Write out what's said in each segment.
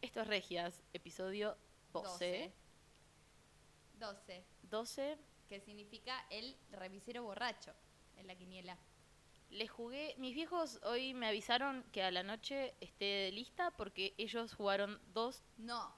Esto es Regias, episodio 12. 12, 12. que significa el revisero borracho en la quiniela. Les jugué. Mis viejos hoy me avisaron que a la noche esté lista porque ellos jugaron dos, No.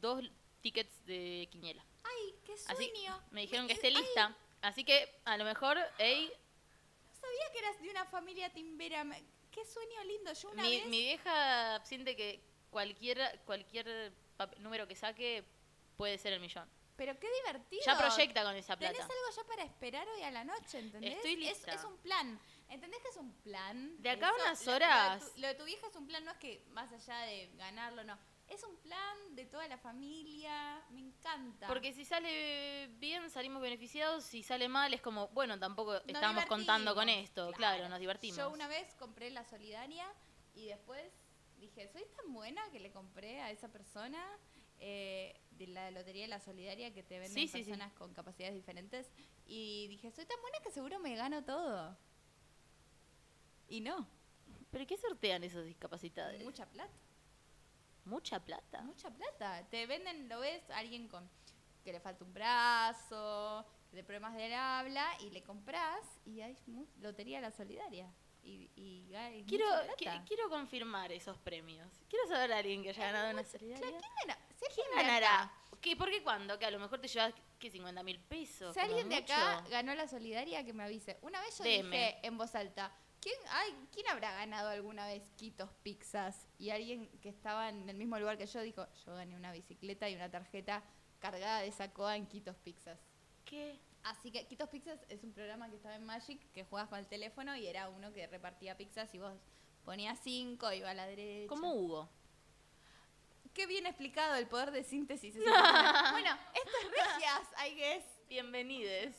dos tickets de quiniela. ¡Ay, qué Así- sueño! Me dijeron que es- esté lista. Así que a lo mejor, ey, No sabía que eras de una familia timbera. me- ¡Qué sueño lindo! Yo una mi, vez... mi vieja siente que cualquiera, cualquier pap- número que saque puede ser el millón. Pero qué divertido. Ya proyecta con esa Tenés plata. algo ya para esperar hoy a la noche, ¿entendés? Estoy Es- lista. Es, un plan. ¿Entendés que es un plan? De acá a unas lo- horas. Lo, de tu, lo de tu vieja es un plan, no es que más allá de ganarlo, no. Es un plan de toda la familia. Me encanta. Porque si sale bien salimos beneficiados, si sale mal es como, bueno, tampoco Nos estamos contando con divertimos, esto, claro, nos divertimos. Yo una vez compré la solidaria y después dije, soy tan buena que le compré a esa persona eh, de la lotería de la solidaria que te venden Sí, sí, sí. personas con capacidades diferentes. Y dije, soy tan buena que seguro me gano todo. Y no, ¿Pero qué sortean esos discapacitados? mucha plata. ¿Mucha plata? Mucha plata. Te venden, lo ves, alguien con que le falta un brazo, de problemas del habla, y le compras y hay mu- lotería de la solidaria. Y, y hay Quiero, mucha plata. qui- quiero confirmar esos premios. Quiero saber a alguien que haya ganado una Claro, solidaria. ¿quién gana? Si ¿Quién alguien de ganará? acá- ¿Qué, ¿Por qué cuándo? Que a lo mejor te llevas, ¿qué? 50 mil pesos. Si alguien como de acá mucho. ganó la solidaria, que me avise. Una vez yo Deme. dije en voz alta, ¿quién, ay, ¿quién habrá ganado alguna vez Quitos Pizzas? Y alguien que estaba en el mismo lugar que yo dijo, yo gané una bicicleta y una tarjeta cargada de Sacoa en Quitos Pizzas. ¿Qué? Así que Quitos Pizzas es un programa que estaba en Magic que jugabas con el teléfono y era uno que repartía pizzas y vos ponías cinco, iba a la derecha. Como Hugo. Qué bien explicado el poder de síntesis. ese programa. bueno, esto es Regias, I guess. Bienvenides.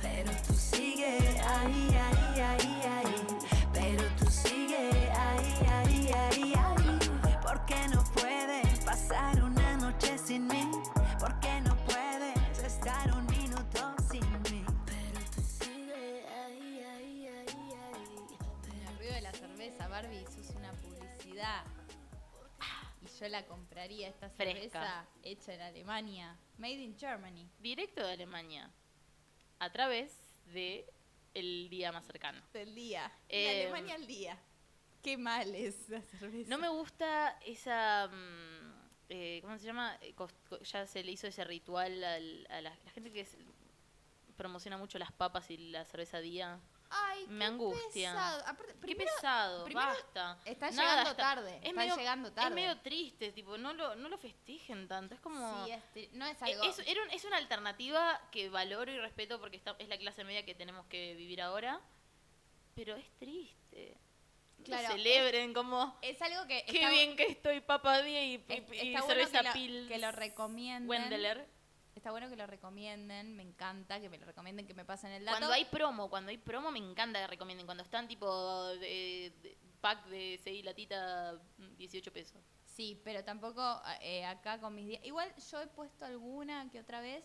Pero tú sigue ahí, ahí, ahí, ahí. Pero tú sigue ahí, ahí, ahí, ahí. Porque no puedes pasar una noche sin mí. Porque no puedes estar un minuto sin mí. Pero tú sigue ahí, ahí, ahí, ahí. El ruido de la cerveza, Barbie, eso es una publicidad. Y yo la compraría, esta cerveza Fresca. hecha en Alemania. Made in Germany. Directo de Alemania. A través de el día más cercano. Del día. Eh, de Alemania al día. Qué mal es la cerveza. No me gusta esa. mm, eh, ¿Cómo se llama? Eh, cos- co- Ya se le hizo ese ritual al- a la, la gente que es- promociona mucho las papas y la cerveza día. Ay, me qué angustia. pesado. Aparte, primero, Qué pesado, primero basta. Están Nada, llegando está- tarde. es están medio- llegando tarde. Es medio triste, tipo, no lo, no lo festejen tanto. Es como. Sí, este, no es Eh, algo. Es, era un- es una alternativa que valoro y respeto porque está- es la clase media que tenemos que vivir ahora, pero es triste. No Claro, lo celebren como, es algo que. qué está- bien que estoy, papá día y, y- y es- está bueno cerveza que lo- Pils que lo recomienden. Wendeler. Está bueno que lo recomienden. Me encanta que me lo recomienden, que me pasen el dato. Cuando hay promo, cuando hay promo me encanta que recomienden. Cuando están tipo de- de- pack de 6 latitas, 18 pesos. Sí, pero tampoco eh, acá con mis días. Igual yo he puesto alguna que otra vez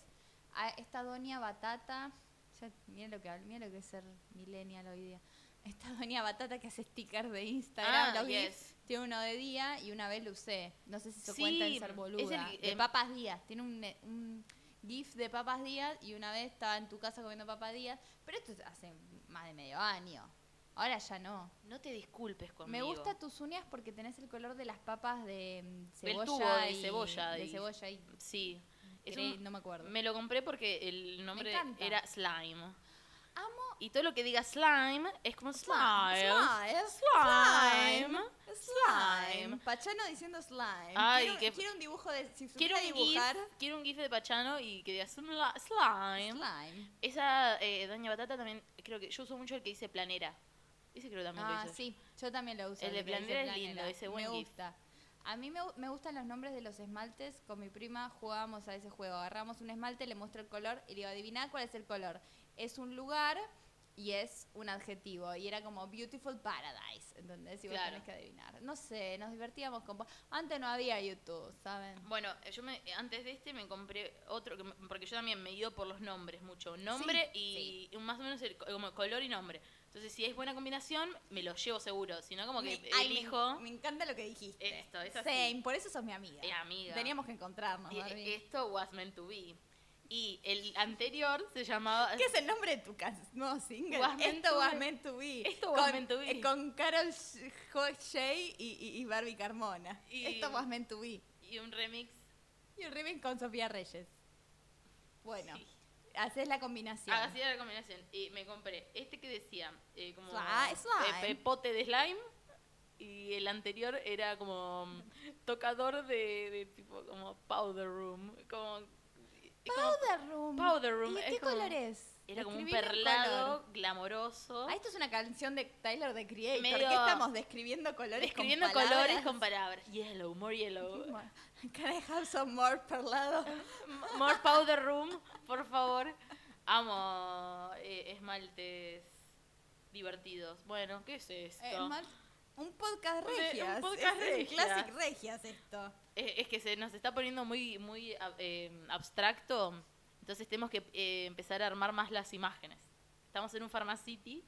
a esta doña Batata. Ya, miren lo que hablo, miren lo que es ser millennial hoy día. Esta doña Batata que hace stickers de Instagram, Ah, los gifs, yes. tiene uno de día y una vez lo usé. No sé si se Sí, cuenta en ser es boluda. el- de em- Papas Díaz, tiene un, ne- un gif de Papas Díaz y una vez estaba en tu casa comiendo Papas Díaz. Pero esto es hace más de medio año. Ahora ya no. No te disculpes conmigo. Me gusta tus uñas porque tenés el color de las papas de mm, cebolla tubo de y, cebolla de y- cebolla y Sí. Es cre- un- no me acuerdo. Me lo compré porque el nombre encanta. era Slime. Amo Y todo lo que diga slime es como slime. slime, Slime. slime, Slime. Pachano diciendo slime. Ay, quiero, qué- quiero un dibujo de si Quiero supiera un, GIF, dibujar quiero un GIF de Pachano y que diga "Sla- slime. slime. Esa eh, Doña Batata también, creo que yo uso mucho el que dice planera. Ese creo que también Ah, lo hizo. sí, yo también lo uso. El de que dice Planera es lindo, ese buen Me gif. gusta. A mí me, gu- me gustan los nombres de los esmaltes. Con mi prima jugábamos a ese juego. Agarramos un esmalte, le muestro el color y le digo, adiviná cuál es el color. Es un lugar y es un adjetivo. Y era como Beautiful Paradise, ¿entendés? Y vos Claro. tenés que adivinar. No sé, nos divertíamos con... po- Antes no había YouTube, ¿saben? Bueno, eh, yo me, antes de este me compré otro, que me- porque yo también me guío por los nombres mucho. Nombre Sí, y un- más o menos el co- como color y nombre. Entonces Entonces, si es buena combinación, me lo llevo seguro. Si no, como que Me- ay, me- elijo Me, encanta lo que dijiste. esto. Es así. Same, por eso sos mi amiga. Eh, amiga. Teníamos que encontrarnos, Y- eh, Barbie. Esto was meant to be. Y el anterior se llamaba. ¿Qué es el nombre de tu can- nuevo single? Was meant Esto to was be. meant to be. Esto con, was meant to be. eh, Con Carol Sh- Jo- Shay y, y- y Barbie Carmona. Y- Esto was meant to be. Y un remix. Y un remix con Sofía Reyes. Bueno, Sí. haces la combinación. Ah, así era la combinación. Y me compré este que decía eh, como Sli- slime. eh, pote de slime. Y el anterior era como mm, tocador de, de tipo como powder room. Como, es como- Powder Room. Powder Room, ¿Y de es qué como- color es? era como un Describime el color. perlado glamoroso. Ah, esto es una canción de Tyler the Creator. Medio- ¿Qué estamos describiendo colores describiendo con palabras? colores con palabras. Yellow, more yellow. Can I have some more perlado? M- More powder room, por favor. Amo eh, esmaltes divertidos. Bueno, ¿qué es esto? Eh, mal- un podcast Un de- un regias. Este podcast es regias. Un classic regias esto. Eh, es que se nos está poniendo muy, muy ab- eh, abstracto, entonces tenemos que eh, empezar a armar más las imágenes. Estamos en un Pharmacity,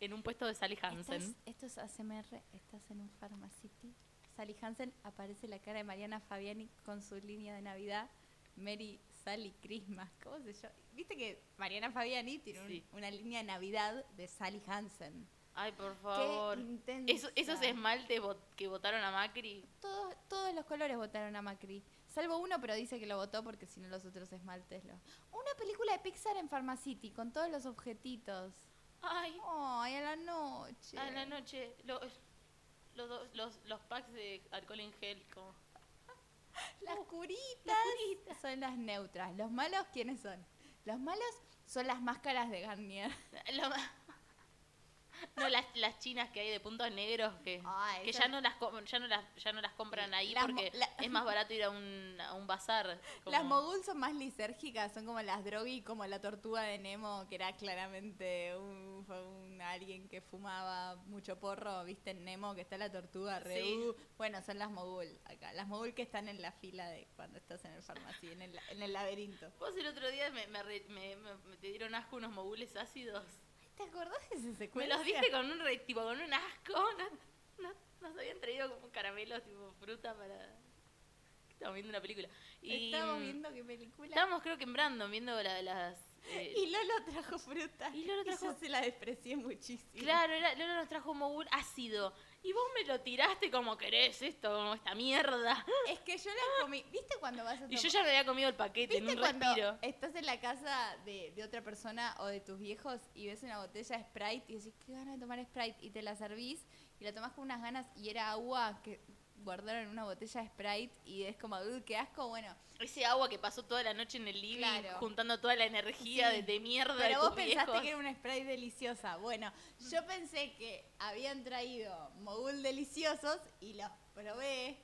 en un puesto de Sally Hansen. Estás- esto es ASMR, estás en un Pharmacity. Sally Hansen aparece la cara de Mariana Fabiani con su línea de Navidad. Mary Sally Christmas. ¿Cómo se llama? Viste que Mariana Fabiani tiene un- Sí. una línea de Navidad de Sally Hansen. Ay, por Qué favor. intensa. Eso- esos esmaltes bot- que votaron a Macri. Todos, todos los colores votaron a Macri. Salvo uno, pero dice que lo votó porque si no los otros esmaltes lo. Una película de Pixar en Pharmacity con todos los objetitos. Ay, Ay, a la noche. a la noche. lo- los, dos- los, los packs de alcohol en gel. Como. Uh, Las curitas, son las neutras. Los malos, ¿quiénes son? Los malos son las máscaras de Garnier. Lo- no, las, las chinas que hay de puntos negros que, Ay, que esas- ya no las com- ya no las ya no las compran ahí Eh, Las mo- porque la- es más barato ir a un, a un bazar. Las como- mogul son más lisérgicas, son como las drogi, como la tortuga de Nemo, que era claramente un, fue un alguien que fumaba mucho porro, viste en Nemo, que está la tortuga re, Sí. uh. Bueno, son las mogul acá, las mogul que están en la fila de cuando estás en el farmacia, en el, en el laberinto. Vos el otro día me, me re- me- me- me- te dieron asco unos mogules ácidos. ¿Te acordás de esa Me secuencia? los diste con un re- tipo con un asco. No, no- nos habían traído como caramelos tipo fruta para. Estábamos viendo una película. Y, Estábamos viendo qué película. estábamos, creo que en Brandon viendo la- las. eh, Y Lolo trajo fruta. Y Lolo trajo- yo se la desprecié muchísimo. Claro, era, Lola nos trajo un mogul ácido. Y vos me lo tiraste como querés esto, como esta mierda. Es que yo la comí. ¿Viste cuando vas a Ah. Y tomar- yo ya me había comido el paquete en ¿Viste un cuando respiro. estás en la casa de, de otra persona o de tus viejos y ves una botella de Sprite y decís, qué ganas de tomar Sprite? Y te la servís y la tomás con unas ganas y era agua que guardaron en una botella de Sprite y es como, "Uy, qué asco, bueno. Ese agua que pasó toda la noche en el living, Claro. juntando toda la energía Sí. de, de mierda de Pero tus vos pensaste viejos. que era una Sprite deliciosa. Bueno, yo pensé que habían traído mogul deliciosos y los probé.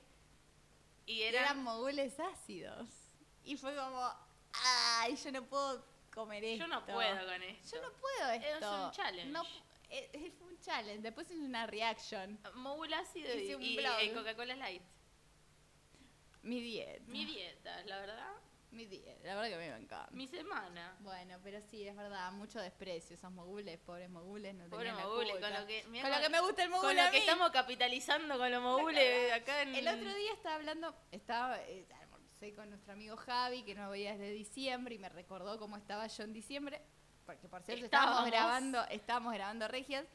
Y Y era... eran mogules ácidos. Y fue como, ay, yo no puedo comer esto. yo no puedo con esto. Yo no puedo Es esto. un challenge. No, eh, eh, fue un challenge. Después hice una reaction. Mogul ácido y, Hice un y, blog. eh, Coca-Cola Light. Mi dieta. Mi dieta, la verdad. Mi dieta. La verdad que a mí me encanta. Mi semana. Bueno, pero sí, es verdad, mucho desprecio. Esos mogules, pobres mogules, no Pobre tenían la mogul, culpa. con lo que... mirá Con lo que me gusta el mogul con lo a que mí. estamos capitalizando con los mogules acá en... El otro día estaba hablando, estaba, eh, almorcé con nuestro amigo Javi, que no veía desde diciembre, y me recordó cómo estaba yo en diciembre, porque por cierto estábamos Estábamos. grabando, estábamos grabando regias.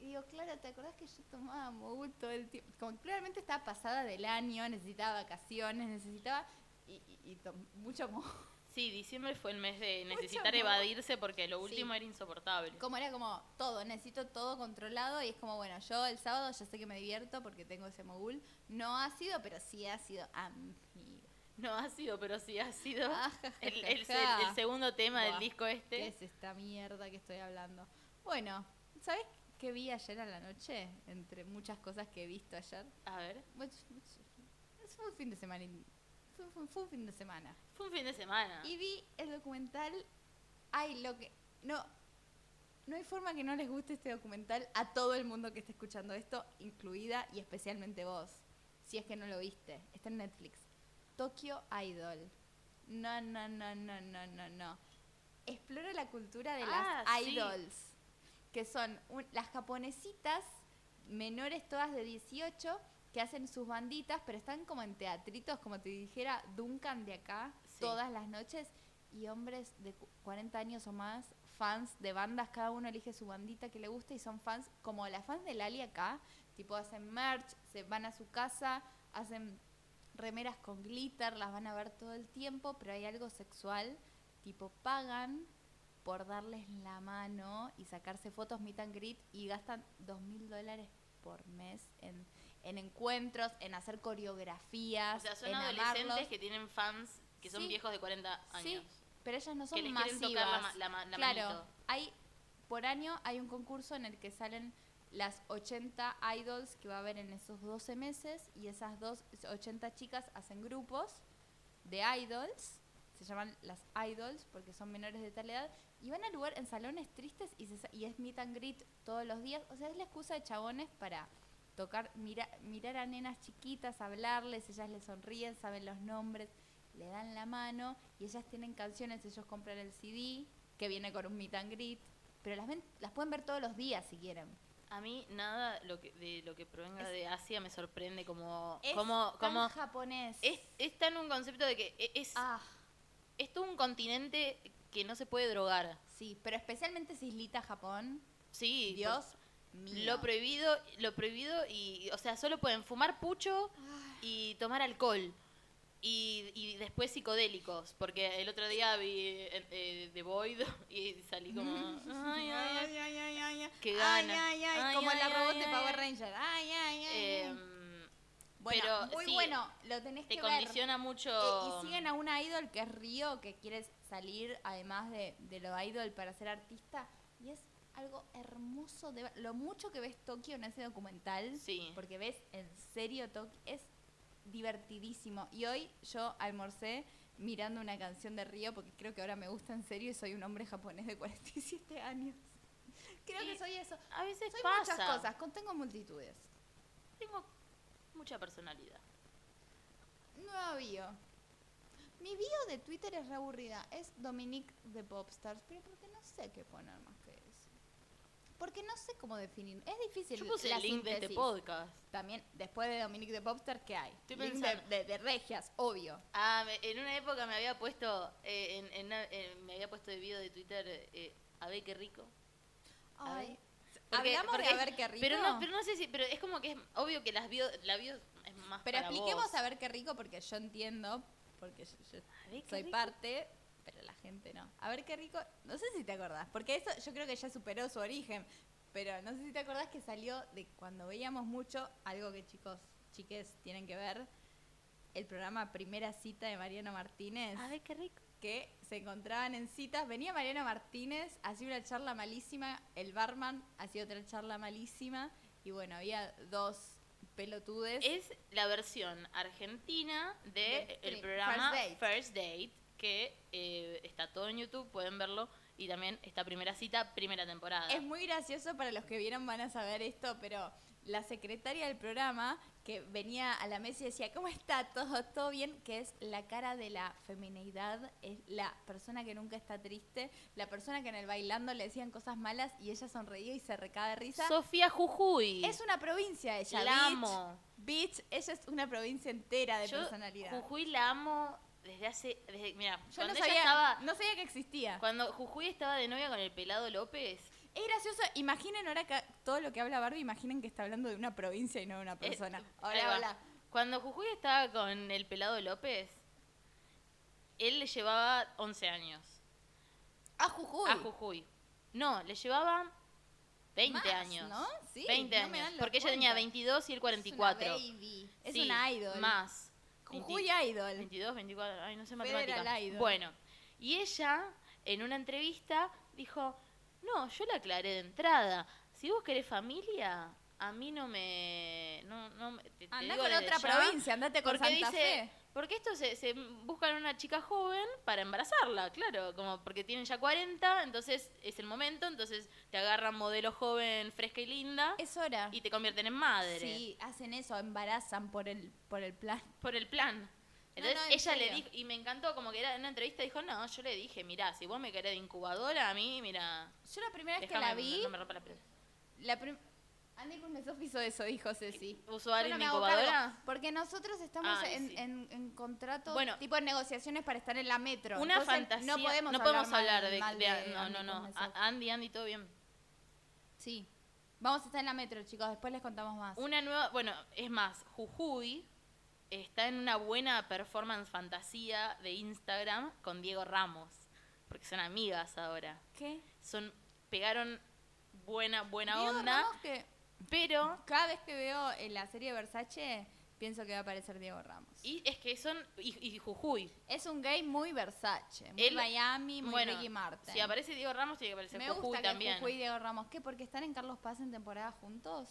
Y digo, claro, ¿te acordás que yo tomaba mogul todo el tiempo? Como que claramente estaba pasada del año, necesitaba vacaciones, necesitaba y, y- y tom- mucho mogul. Sí, diciembre fue el mes de necesitar amor. evadirse porque lo Sí. último era insoportable. Como era como todo, necesito todo controlado y es como, bueno, yo el sábado ya sé que me divierto porque tengo ese mogul. No ácido, pero sí ah, ácido, amigo. No ha sido, pero sí ha sido. Ajajaja. El, el se- el segundo tema Ah, Buah, del disco ¿Qué este. es esta mierda que estoy hablando? Bueno, ¿sabés qué vi ayer a la noche? Entre muchas cosas que he visto ayer. A ver. Bueno, Fue un fin de semana. in- Fue, fue- fue un fin de semana. Fue un fin de semana. Y vi el documental. Ay, lo que. No. No hay forma que no les guste este documental a todo el mundo que esté escuchando esto, incluida y especialmente vos. Si es que no lo viste. Está en Netflix. Tokyo Idol. No, no, no, no, no, no, no. Explora la cultura de las Ah, sí. idols. que son un- las japonesitas menores todas de 18 que hacen sus banditas, pero están como en teatritos, como te dijera Duncan de acá, Sí. todas las noches. Y hombres de cu- 40 años o más, fans de bandas, cada uno elige su bandita que le gusta y son fans, como las fans de Lali acá, tipo hacen merch, se van a su casa, hacen remeras con glitter, las van a ver todo el tiempo, pero hay algo sexual, tipo pagan por darles la mano y sacarse fotos meet and greet y gastan dos mil dólares por mes en, en encuentros, en hacer coreografías, O sea, son en adolescentes amarlos. que tienen fans que son Sí. viejos de 40 Sí, años. pero ellas no son les quieren masivas. tocar la ma- la ma- la claro, manito. hay por año hay un concurso en el que salen las 80 idols que va a haber en esos 12 meses y esas dos 80 chicas hacen grupos de idols, se llaman las idols porque son menores de tal edad y van a lugar en salones tristes y, se sa- y es meet and greet todos los días, o sea, es la excusa de chabones para tocar mira- mirar a nenas chiquitas, hablarles, ellas les sonríen, saben los nombres, le dan la mano y ellas tienen canciones, ellos compran el CD que viene con un meet and greet, pero las ven, las pueden ver todos los días si quieren. A mí nada lo que, de lo que provenga Es- de Asia me sorprende como... Es como, tan como japonés. es, es tan un concepto de que e- es, Ah, es todo un continente que no se puede drogar. sí, pero especialmente si islita Japón, Sí, por- Dios mío. Lo prohibido, lo prohibido y, o sea, solo pueden fumar pucho y tomar alcohol. Y, y después psicodélicos, porque el otro día vi eh, eh, The Void y salí como... Ay, ay, ay. Qué gana. Ay, ay, ay, Ay, como ay, la robot ay, de ay, ay. Power Ranger. Ay, ay, ay. ay. Em, bueno, pero muy sí, bueno, lo tenés te que ver. condiciona mucho... Eh, y siguen a una idol que es Río, que quiere salir, además de, de lo idol, para ser artista. Y es algo hermoso de ver. Lo mucho que ves Tokio en ese documental, Sí. porque ves en serio Tokio, es divertidísimo. Y hoy yo almorcé mirando una canción de Río, porque creo que ahora me gusta en serio y soy un hombre japonés de 47 años. Creo Y que soy eso. A veces Soy pasa. muchas cosas, contengo multitudes. Tengo mucha personalidad. Nueva bio. Mi bio de Twitter es re aburrida. Es Dominique de Popstars, pero porque no sé qué poner más que eso. Porque no sé cómo definir. Es difícil. Yo puse la el link de este síntesis. podcast. También, después de Dominique de Popstars, ¿qué hay? Estoy Link de, pensando. de- de regias, obvio. Ah, me- en una época me había puesto, eh, en, en una- eh, me había puesto de video de Twitter, eh, a ver qué rico. A ver. Ay. Hablamos de a ver qué rico. Pero no, pero no sé si, pero es como que es obvio que las bio, la bio es más Pero para expliquemos vos. a ver qué rico, porque yo entiendo, porque yo, yo A ver qué soy rico. parte, pero la gente no. A ver qué rico, no sé si te acordás, porque eso yo creo que ya superó su origen, pero no sé si te acordás que salió de cuando veíamos mucho, algo que chicos, chiques tienen que ver, el programa Primera Cita de Mariano Martínez A ver qué rico. que se encontraban en citas. Venía Mariano Martínez, hacía una charla malísima, el barman hacía otra charla malísima, y bueno, había dos pelotudes. Es la versión argentina de, De- el sí, programa First First Date, que eh, está todo en YouTube, pueden verlo y también esta primera cita, primera temporada. Es muy gracioso para los que vieron van a saber esto, pero la secretaria del programa que venía a la mesa y decía, ¿cómo está todo? ¿Todo bien? Que es la cara de la femineidad, es la persona que nunca está triste, la persona que en el bailando le decían cosas malas y ella sonreía y se recaba de risa. Sofía Jujuy. es una provincia ella, La bitch. amo. Bitch, ella es una provincia entera de Yo personalidad. Jujuy la amo desde hace, desde, mira, Yo cuando no ella sabía, estaba, no sabía que existía. cuando Jujuy estaba de novia con el pelado López, Es gracioso, imaginen ahora que todo lo que habla Barbie, imaginen que está hablando de una provincia y no de una Eh, persona. ahí hola, va. hola. Cuando Jujuy estaba con el pelado López, él le llevaba 11 años A Jujuy. a Jujuy. No, le llevaba 20 Más, años. ¿no? Sí, 20 no me años. dan la Porque ella tenía cuenta. 22 y él 44. Es una baby. Es Sí, una idol. Más. Jujuy 20, idol. 22, 24. Ay, no sé Fede era matemáticas. la idol. Bueno, y ella en una entrevista dijo: No, yo la aclaré de entrada. Si vos querés familia, a mí no me. No, no, me- te- te Andá digo con desde otra ya, provincia, andate con porque Santa dice, Fe. Porque esto se, se buscan una chica joven para embarazarla, claro, como porque tienen ya 40, entonces es el momento, entonces te agarran modelo joven, fresca y linda Es hora. y te convierten en madre Sí, hacen eso, embarazan por el, por el plan. por el plan. Entonces no, en ella le serio. dijo, y me encantó, como que era en una entrevista, dijo, no, yo le dije, mirá, si vos me querés de incubadora, a mí, mirá, Yo la primera vez que déjame, la vi, no me rompa la pelota. la prim- Andy Kuznetsov hizo eso, dijo Ceci. ¿Usó a Yo alguien no me de hago incubadora? cargo, Porque nosotros estamos Ay, en, sí. en, en contratos, Bueno. tipo en negociaciones para estar en la metro. Una Entonces, fantasía. No podemos hablar, mal- hablar de, mal de- de No, Andy no, Ah, no. Kuznetsov. A- Andy, Andy, todo bien. Sí. Vamos a estar en la metro, chicos. Después les contamos más. Una nueva. Bueno, es más, Jujuy está en una buena performance fantasía de Instagram con Diego Ramos. Porque son amigas ahora. ¿Qué? Son. Pegaron buena, buena Diego onda. Ramos que Pero. cada vez que veo en la serie de Versace, pienso que va a aparecer Diego Ramos. Y es que son. Y, y Jujuy. Es un gay muy Versace, muy Él- Miami, muy bueno, Ricky Martin. Si aparece Diego Ramos, tiene que aparecer Me Jujuy gusta que también. Jujuy y Diego Ramos. ¿Qué? ¿Porque están en Carlos Paz en temporada juntos?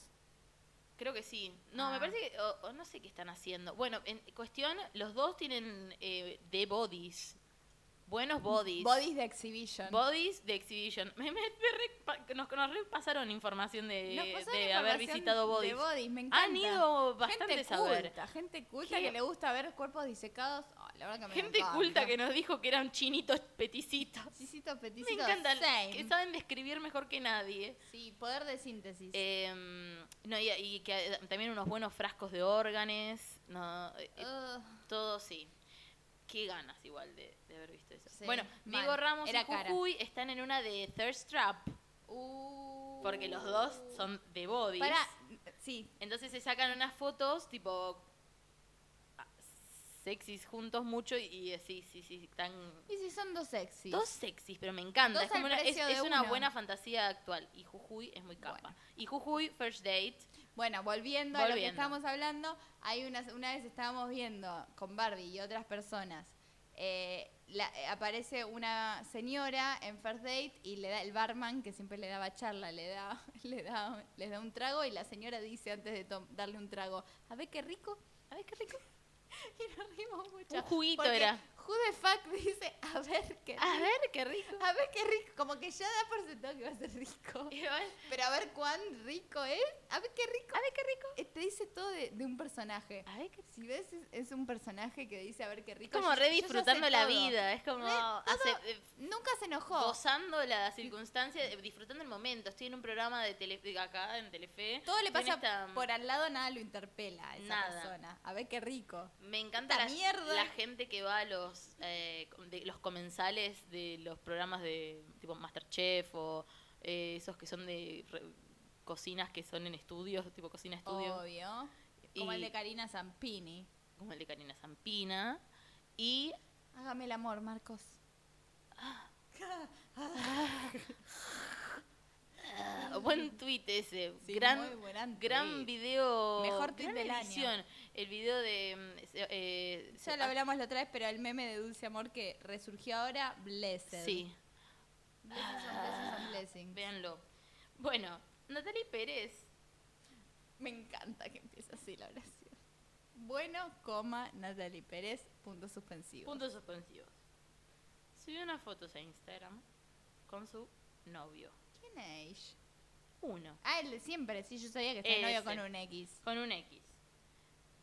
Creo que sí. No, Ah. me parece que. O, o no sé qué están haciendo. Bueno, en cuestión, los dos tienen eh, de bodies. Buenos bodies. Bodies de Exhibition. Bodies de Exhibition. Me- me- me re- pa- nos, nos repasaron información de, Nos pasaron de haber información visitado Bodies. De bodies, me encanta. Han ido bastante gente saber. culta, gente culta ¿Qué? que le gusta ver cuerpos disecados. Oh, la verdad que me Gente encanta. culta que nos dijo que eran chinitos peticitos. Chisito, Me peticito, encantan. same. Que saben describir mejor que nadie. Sí, poder de síntesis. Eh, no, y, y que eh, también unos buenos frascos de órganes. No, eh, Ugh. Todo sí. Qué ganas igual de, de haber visto eso. Sí, bueno, mal. Diego Ramos Era y cara. Jujuy están en una de Thirst Trap, Uh. porque los dos son de bodies. Para, sí, Entonces se sacan unas fotos tipo a- sexys juntos mucho y, y sí, sí, sí, están y si son dos sexy. dos sexys, pero me encanta. Dos es como al una, es- precio de es una uno. buena fantasía actual. Y Jujuy es muy capa. Bueno. Y Jujuy, first date. Bueno, volviendo, a lo que Volviendo. estábamos hablando, hay unas, una vez estábamos viendo con Barbie y otras personas, eh, la- eh, aparece una señora en First Date y le da el barman, que siempre le daba charla, le da, le da, les da un trago y la señora dice antes de tom- darle un trago, a ver qué rico, A ver qué rico. y nos rimos mucho. Un juguito porque era. Who the fuck dice, a ver qué A rico, ver qué rico. a ver qué rico, como que ya da por sentado que va a ser rico. Igual, Pero a ver cuán rico es. A ver qué rico. A ver qué rico. te dice todo de, de un personaje. A ver qué Si ves, es, es un personaje que dice a ver qué Ah. Es rico. como Yo- re yo ya sé disfrutando la todo. vida. Es como Re- ace- eh, Nunca se enojó. gozando la circunstancia, eh, disfrutando el momento. Estoy en un programa de Telefe, acá en Telefe. todo le Estoy en pasa esta- por al lado, nada lo interpela a esa Nada. persona. A ver qué rico. Me encanta Esta la, mierda. la gente que va a los eh, com- de- los comensales de los programas de tipo Masterchef o eh, esos que son de re- cocinas que son en estudios, tipo cocina estudio, Obvio. Como Y- el de Karina Zampini. como el de Karina Zampina. Y Hágame el amor, Marcos. ah, buen tweet ese, Sí, gran muy buen Gran tweet. video. Mejor tweet gran del año. edición. El video de. mm, se- eh, Ya se- lo ah, hablamos la otra vez, pero el meme de Dulce Amor que resurgió ahora, Blessed. Sí, Blessings on blessings on blessings. véanlo. Bueno, Natalie Pérez. Me encanta que empiece así la oración. Bueno, coma, Natalie Pérez, punto suspensivo. Puntos suspensivos. Subió unas fotos a Instagram con su novio. ¿Quién es? Uno. Ah, el de siempre, sí, yo sabía que está de novio Ese. con un X. Con un X.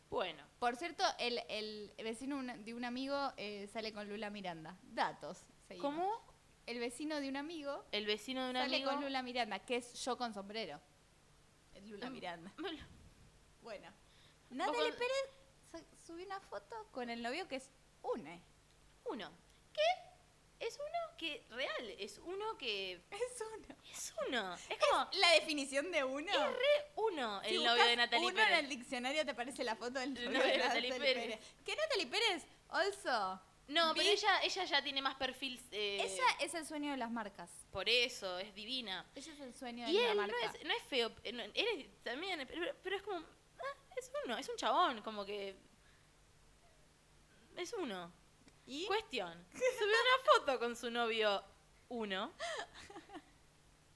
Bueno, Por cierto, el, el vecino una- de un amigo eh, sale con Lula Miranda. Datos. seguimos. ¿cómo El vecino de un amigo el vecino de un sale amigo. con Lula Miranda, que es yo con sombrero. El Lula Miranda. Bueno. Natalie Ah. con- Pérez su- subió una foto con el novio que es une. Uno. ¿Qué? Es uno que real. Es uno que. Es uno. Es uno. Es como. La definición de uno. Es re uno el Si novio buscas de Natalie uno en Pérez. el diccionario te aparece la foto del novio, de Natalie, Pérez. Que Natalie Pérez, also, No, pero Vi- ella, ella ya tiene más perfil. eh, ella es el sueño de las marcas. Por eso, es divina. Ella es el sueño de Y la él no marca. es, no es feo. eh, no, él es también, pero, pero es como. ah, es uno, es un chabón, como que. Es uno. ¿Y? Cuestión. Subió una foto con su novio uno.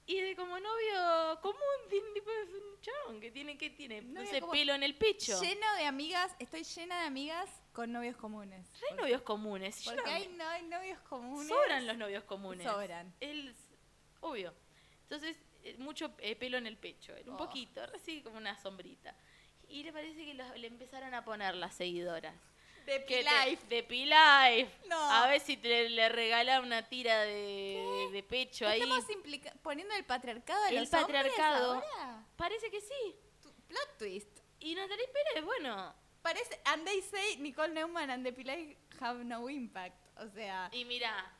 Y de como novio común, tiene tipo es un chabón que tiene, que tiene, no Novio sé, como- pelo en el pecho. Lleno de amigas, estoy llena de amigas con novios comunes. Hay novios comunes. yo Porque no- hay, no, hay novios comunes. Sobran los novios comunes. Sobran. Él, es- obvio. Entonces, eh, mucho eh, pelo en el pecho, él, un Oh. poquito, así como una sombrita. Y le parece que los- le empezaron a poner las seguidoras. De Que Life. Te, de P-Life. No. A ver si te, le regala una tira de, de pecho ahí. Estamos implica- poniendo el patriarcado a El los hombres patriarcado. ahora. Parece que sí. Tu- Plot twist. Y Natalie Pérez, bueno. Parece, and they say Nicole Neumann and the Pilay have no impact. O sea, Y mira,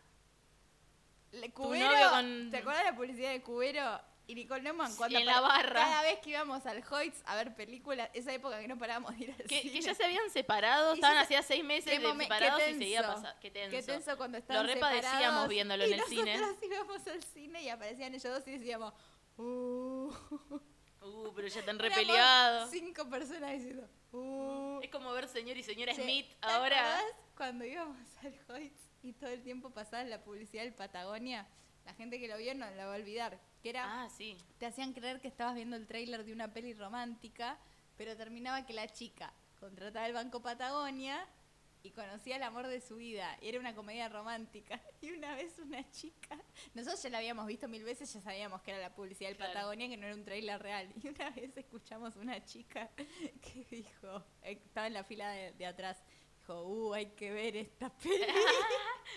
le- tu Cubero, novio con- ¿te acuerdas de la publicidad de Cubero y Nicole Neumann? Sí, Cuando en la par- barra. Cada vez que íbamos al Hoyts a ver películas, esa época que no parábamos de ir al que, cine. que ya se habían separado, Y estaban ya se- hacía seis meses Qué de momen- separados qué y seguía tenso. pasando. Qué tenso. Qué tenso cuando Lo estaban repadecíamos separados, viéndolo y en el cine. Nosotros íbamos al cine y aparecían ellos dos y decíamos, "Uh". Uh, pero ya tan Éramos repeleados. Cinco personas diciendo, "Uh". Es como ver señor y señora Che, Smith ¿te ahora. acordás Cuando íbamos al Hoyts y todo el tiempo pasaba la publicidad del Patagonia, la gente que lo vio no la va a olvidar. Que era, Ah, sí. te hacían creer que estabas viendo el tráiler de una peli romántica, pero terminaba que la chica contrataba el Banco Patagonia y conocía el amor de su vida. Y era una comedia romántica. Y una vez una chica, nosotros ya la habíamos visto mil veces, ya sabíamos que era la publicidad del Claro. Patagonia, que no era un tráiler real. Y una vez escuchamos una chica que dijo, eh, estaba en la fila de, de atrás, dijo, uh, hay que ver esta peli.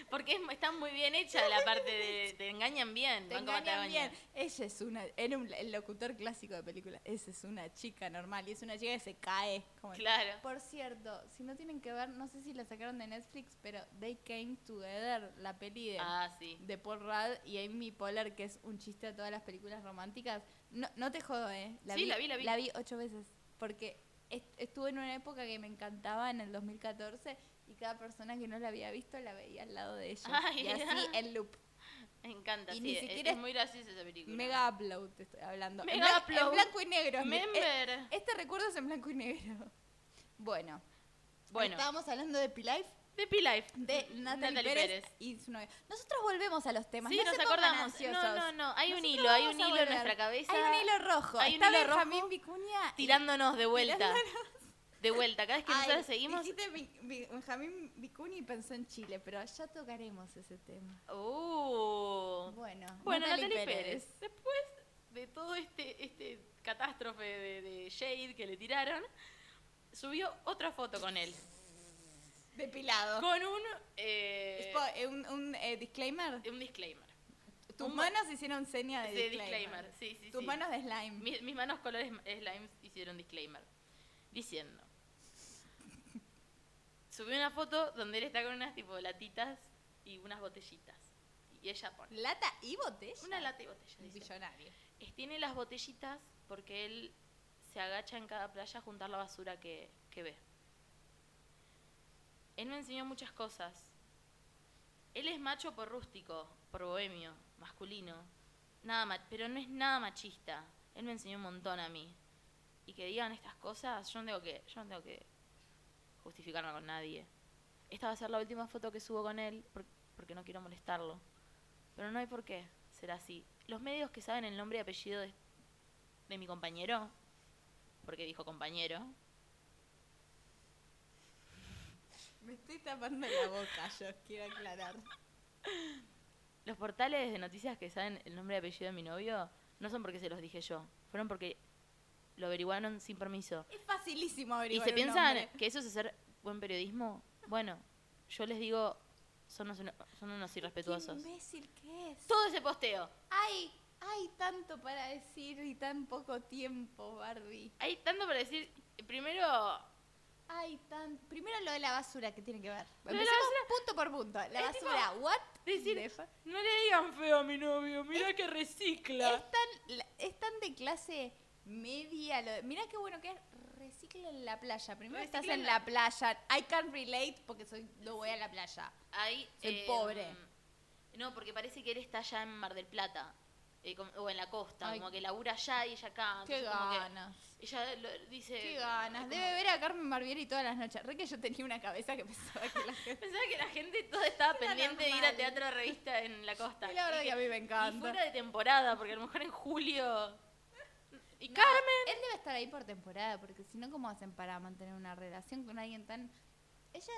Porque es- está muy bien hecha la parte de. Te engañan bien. Te Banco engañan Patagonia. bien. Ella es una, era un- el locutor clásico de película. Esa es una chica normal y es una chica que se cae. como el- Claro. Por cierto, si no tienen que ver, no sé si la sacaron de Netflix, pero They Came Together, la peli de, Ah, sí. de Paul Rudd y Amy Poehler, que es un chiste a todas las películas románticas. No, no te jodo, ¿eh? Sí, la vi, la vi. ocho veces. Porque est- estuve en una época que me encantaba en el 2014 y cada persona que no la había visto la veía al lado de ella. Ay, y así ah. en loop. Me encanta. Y sí, ni es- siquiera es, es- muy graciosa esa película. Mega upload te estoy hablando. Mega en, blan- en upload. blanco y negro. es mi- eh, Member. Este recuerdo es en blanco y negro. Bueno, bueno, estábamos hablando de P-Life, de P-Life. de Natalie, Pérez, y su novia. Nosotros volvemos a los temas. Sí, no nos se pongan acordamos. No, ansiosos. no, no. Hay un Nosotros hilo, hay vamos un a hilo en volver. nuestra cabeza. Hay un hilo rojo. Hay un Está hilo rojo Benjamín Vicuña y- Tirándonos de vuelta. De vuelta. Cada vez que Ay, nosotros seguimos. dijiste Bi- Bi- Benjamín Vicuña y pensó en Chile, pero ya tocaremos ese tema. Uh. Bueno, Bueno, Natalie, Pérez. Después de todo este, este catástrofe de, de Jade que le tiraron, subió otra foto con él. Depilado. Con un, eh, Spo- eh, un un, eh, disclaimer. un disclaimer. Tus Un- manos hicieron seña de, De Ah, disclaimer. disclaimer. Sí, sí, Tus sí. manos de slime. Mi- Mis, manos colores slimes hicieron disclaimer. Diciendo. Subí una foto donde él está con unas tipo latitas y unas botellitas. Y ella pone. Lata y botella. Una lata y botella. Un dice. Billonario. Es- tiene las botellitas porque él se agacha en cada playa a juntar la basura que, que ve. Él me enseñó muchas cosas. Él es macho por rústico, por bohemio, masculino. Nada ma- pero no es nada machista. Él me enseñó un montón a mí. Y que digan estas cosas, yo no tengo que, yo no tengo que justificarme con nadie. Esta va a ser la última foto que subo con él por- porque no quiero molestarlo. Pero no hay por qué ser así. Los medios que saben el nombre y apellido de, de mi compañero, porque dijo compañero, Me estoy tapando la boca, yo quiero aclarar. los portales de noticias que saben el nombre y apellido de mi novio no son porque se los dije yo, fueron porque lo averiguaron sin permiso. Es facilísimo Y averiguar se un piensan nombre. que eso es hacer buen periodismo. Bueno, yo les digo, son unos, son unos irrespetuosos. Qué imbécil que es. Todo ese posteo. Ay, hay tanto para decir y tan poco tiempo, Barbie. Hay tanto para decir, primero, Hay tan... Primero lo de la basura que tiene que ver. de la Empecemos punto por punto. La Es tipo basura, what? decir, the fuck? no le digan feo a mi novio, mira que recicla. es tan, la- es tan de clase media. Lo, mirá qué bueno que es. Recicla en la playa. Primero estás Recicla en en la- la playa. I can relate porque soy, no voy a la playa. Ahí, Soy pobre. em, No, porque parece que él está allá en Mar del Plata. eh, com- o en la costa. Ay. Como que labura allá y ella acá. Qué entonces pues como que ganas. ella lo- dice. Qué ganas. como- Debe ver a Carmen Barbieri todas las noches. Re que yo tenía una cabeza que pensaba que la gente. Pensaba que la gente toda estaba Era pendiente de ir a normal. teatro de revista en la costa. Y la verdad Y que a mí me y encanta. fuera de temporada, porque a lo mejor en julio. Y No, Carmen. Él debe estar ahí por temporada, porque si no, ¿cómo hacen para mantener una relación con alguien tan. Ella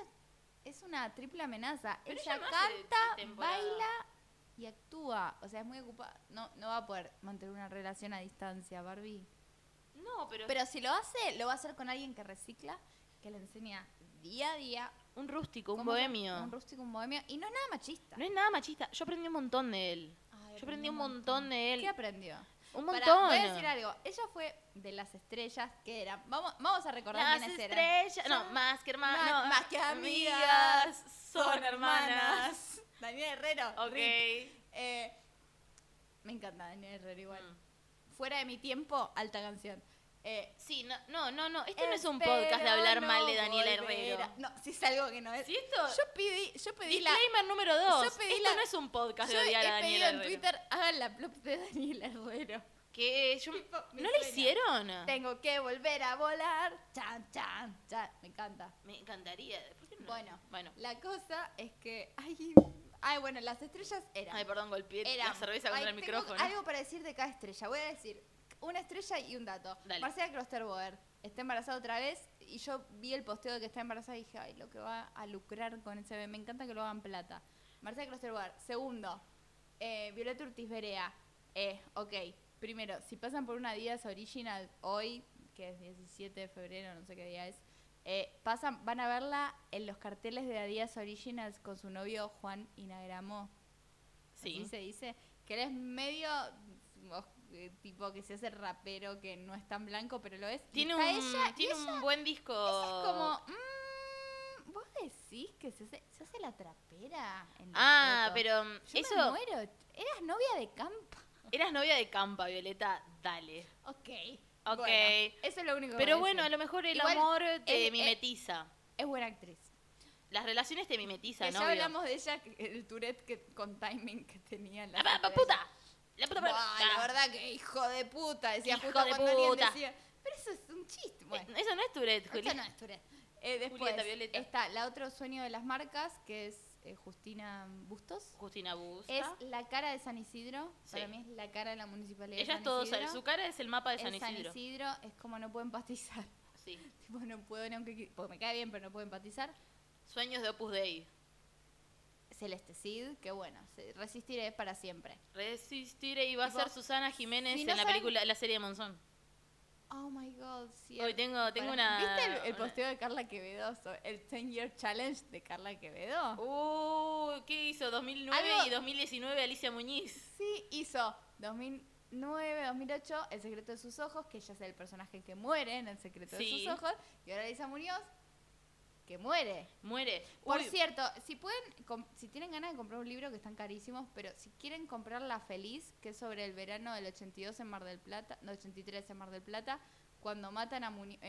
es una triple amenaza. Pero ella ella no hace canta, temporada. baila y actúa. O sea, es muy ocupada. No, no va a poder mantener una relación a distancia, Barbie. No, pero. Pero si lo hace, lo va a hacer con alguien que recicla, que le enseña día a día. Un rústico, un cómo ser bohemio. Un rústico, un bohemio. Y no es nada machista. No es nada machista. Yo aprendí un montón de él. Ay, Yo aprendí un montón de él. ¿Qué aprendió? Un Pará, montón. voy a decir algo. Ella fue de las estrellas que eran. Vamos, vamos a recordar Las quiénes eran. estrellas. No, más que hermanas. Más- no, más que amigas, Son hermanas. Daniel Herrero. Ok. rip. Eh, me encanta Daniel Herrero igual. Mm. Fuera de mi tiempo, alta canción. Eh, Sí, no, no, no, no. Este no es un podcast de hablar Espero mal de no Daniela volver Herrero. a- No, si es algo que no es. Si esto- Yo pedí, yo pedí la. Disclaimer número dos. yo pedí Esto la- no es un podcast Yo de odiar a he pedido Daniela en Herrero. Twitter, hagan la plop de Daniela Herrero. Que yo- Tipo, mi ¿No sueño. le hicieron? Tengo que volver a volar. Chan, chan, chan. Me encanta. Me encantaría. ¿Por qué no? Bueno. Bueno. La cosa es que. Ay, ay bueno, las estrellas eran. Ay, perdón, golpeé Era la cerveza contra el micrófono. Algo para decir de cada estrella. Voy a decir una estrella y un dato. Dale. Marcela Klosterboer está embarazada otra vez y yo vi el posteo de que está embarazada y dije, ay, lo que va a lucrar con ese bebé. Me encanta que lo hagan plata. Marcela Klosterboer. Segundo, eh, Violeta Ortiz Berea. Eh, ok, primero, si pasan por una Adidas Original hoy, que es 17 de febrero, no sé qué día es, eh, pasan, van a verla en los carteles de Adidas Originals con su novio Juan Inagramo así Sí. se dice, que él es medio o- eh, tipo que se hace rapero, que no es tan blanco, pero lo es. y Tiene un, está ella, y tiene ella- un buen disco. ella es como, mm, vos decís que se hace, se hace la trapera. en la Ah, foto? pero um, Yo eso. me muero, eras novia de campa. Eras novia de Campa, Violeta. Dale. Ok. Ok. bueno, eso es lo único que Pero voy a bueno, a decir. lo mejor el Igual, eh, amor él- te él- mimetiza. es buena actriz. Las relaciones te mimetizan, Que ¿no? ya hablamos de ella, que- el Tourette que, con timing que tenía. en ¡La las Ah, pa- pa- estrellas. puta! ¡La puta Buah, puta! la verdad que hijo de puta, decía Hijo justo de cuando alguien puta. decía, Pero eso es un chiste, bueno. Eh, Eso no es Tourette, esto no Julieta. es Tourette. Eh, después Julieta Violeta. está la otro sueño de las marcas, que es eh, Justina Bustos. Justina Busta. Es la cara de San Isidro. Para Sí. mí es la cara de la municipalidad. Ella de San es todo. Isidro. San- Su cara es el mapa de Es San Isidro. es como no puedo empatizar. Sí. tipo, no puedo, ni aunque. qui- Porque me cae bien, pero no puedo empatizar. Sueños de Opus Dei. Celeste Cid, que bueno, se- resistiré para siempre. Resistiré y va a Tipo, ser Susana Jiménez si no en la saben- película, en la serie de Monzón. Oh my god, sí. Hoy tengo, tengo una. ¿Viste el, el una- posteo de Carla Quevedo? so- El 10 Year Challenge de Carla Quevedo. Uh, ¿qué hizo? 2009 Algo- y 2019 Alicia Muñiz. Sí, hizo 2009, 2008, El secreto de sus ojos, que ella es el personaje que muere en El secreto de Sí. sus ojos, y ahora Lisa Muñoz, que muere. Muere. Por Uy, cierto, si pueden, com- si tienen ganas de comprar un libro que están carísimos, pero si quieren comprar La Feliz, que es sobre el verano del 82 en Mar del Plata, no, 83 en Mar del Plata, cuando matan a Muñoz,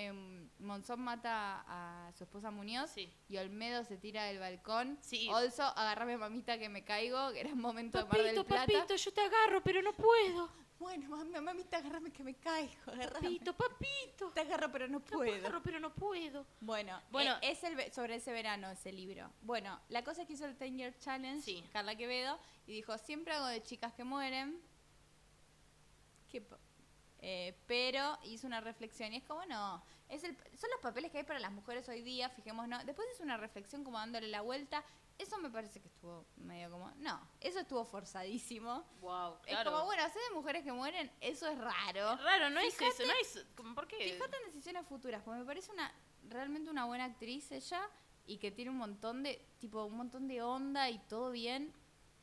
Monzón mata a su esposa Muñoz Sí. y Olmedo se tira del balcón. Sí. Also, agarrame mamita que me caigo, que era un momento de Mar del Papito, Plata. papito, yo te agarro, pero no puedo. Bueno, mami, mamita, agárrame que me caigo, agárrame. Papito, papito. Te agarro, pero no Yo te puedo. agarro, pero no puedo. Bueno, bueno Bueno. es el ve- sobre ese verano ese libro. Bueno, la cosa es que hizo el 10 Year Challenge, Sí. Carla Quevedo, y dijo, siempre hago de chicas que mueren, que po- eh, pero hizo una reflexión y es como, no, es el, son los papeles que hay para las mujeres hoy día, fijémonos. Después hizo una reflexión como dándole la vuelta. Eso me parece que estuvo medio como, no, eso estuvo forzadísimo. Wow, Es como, bueno, hacer de mujeres que mueren, eso es raro. Raro, no Oh, Fíjate- es eso, no es. como, ¿Por qué? Fíjate en decisiones futuras, porque me parece una realmente una buena actriz ella y que tiene un montón de tipo un montón de onda y todo bien.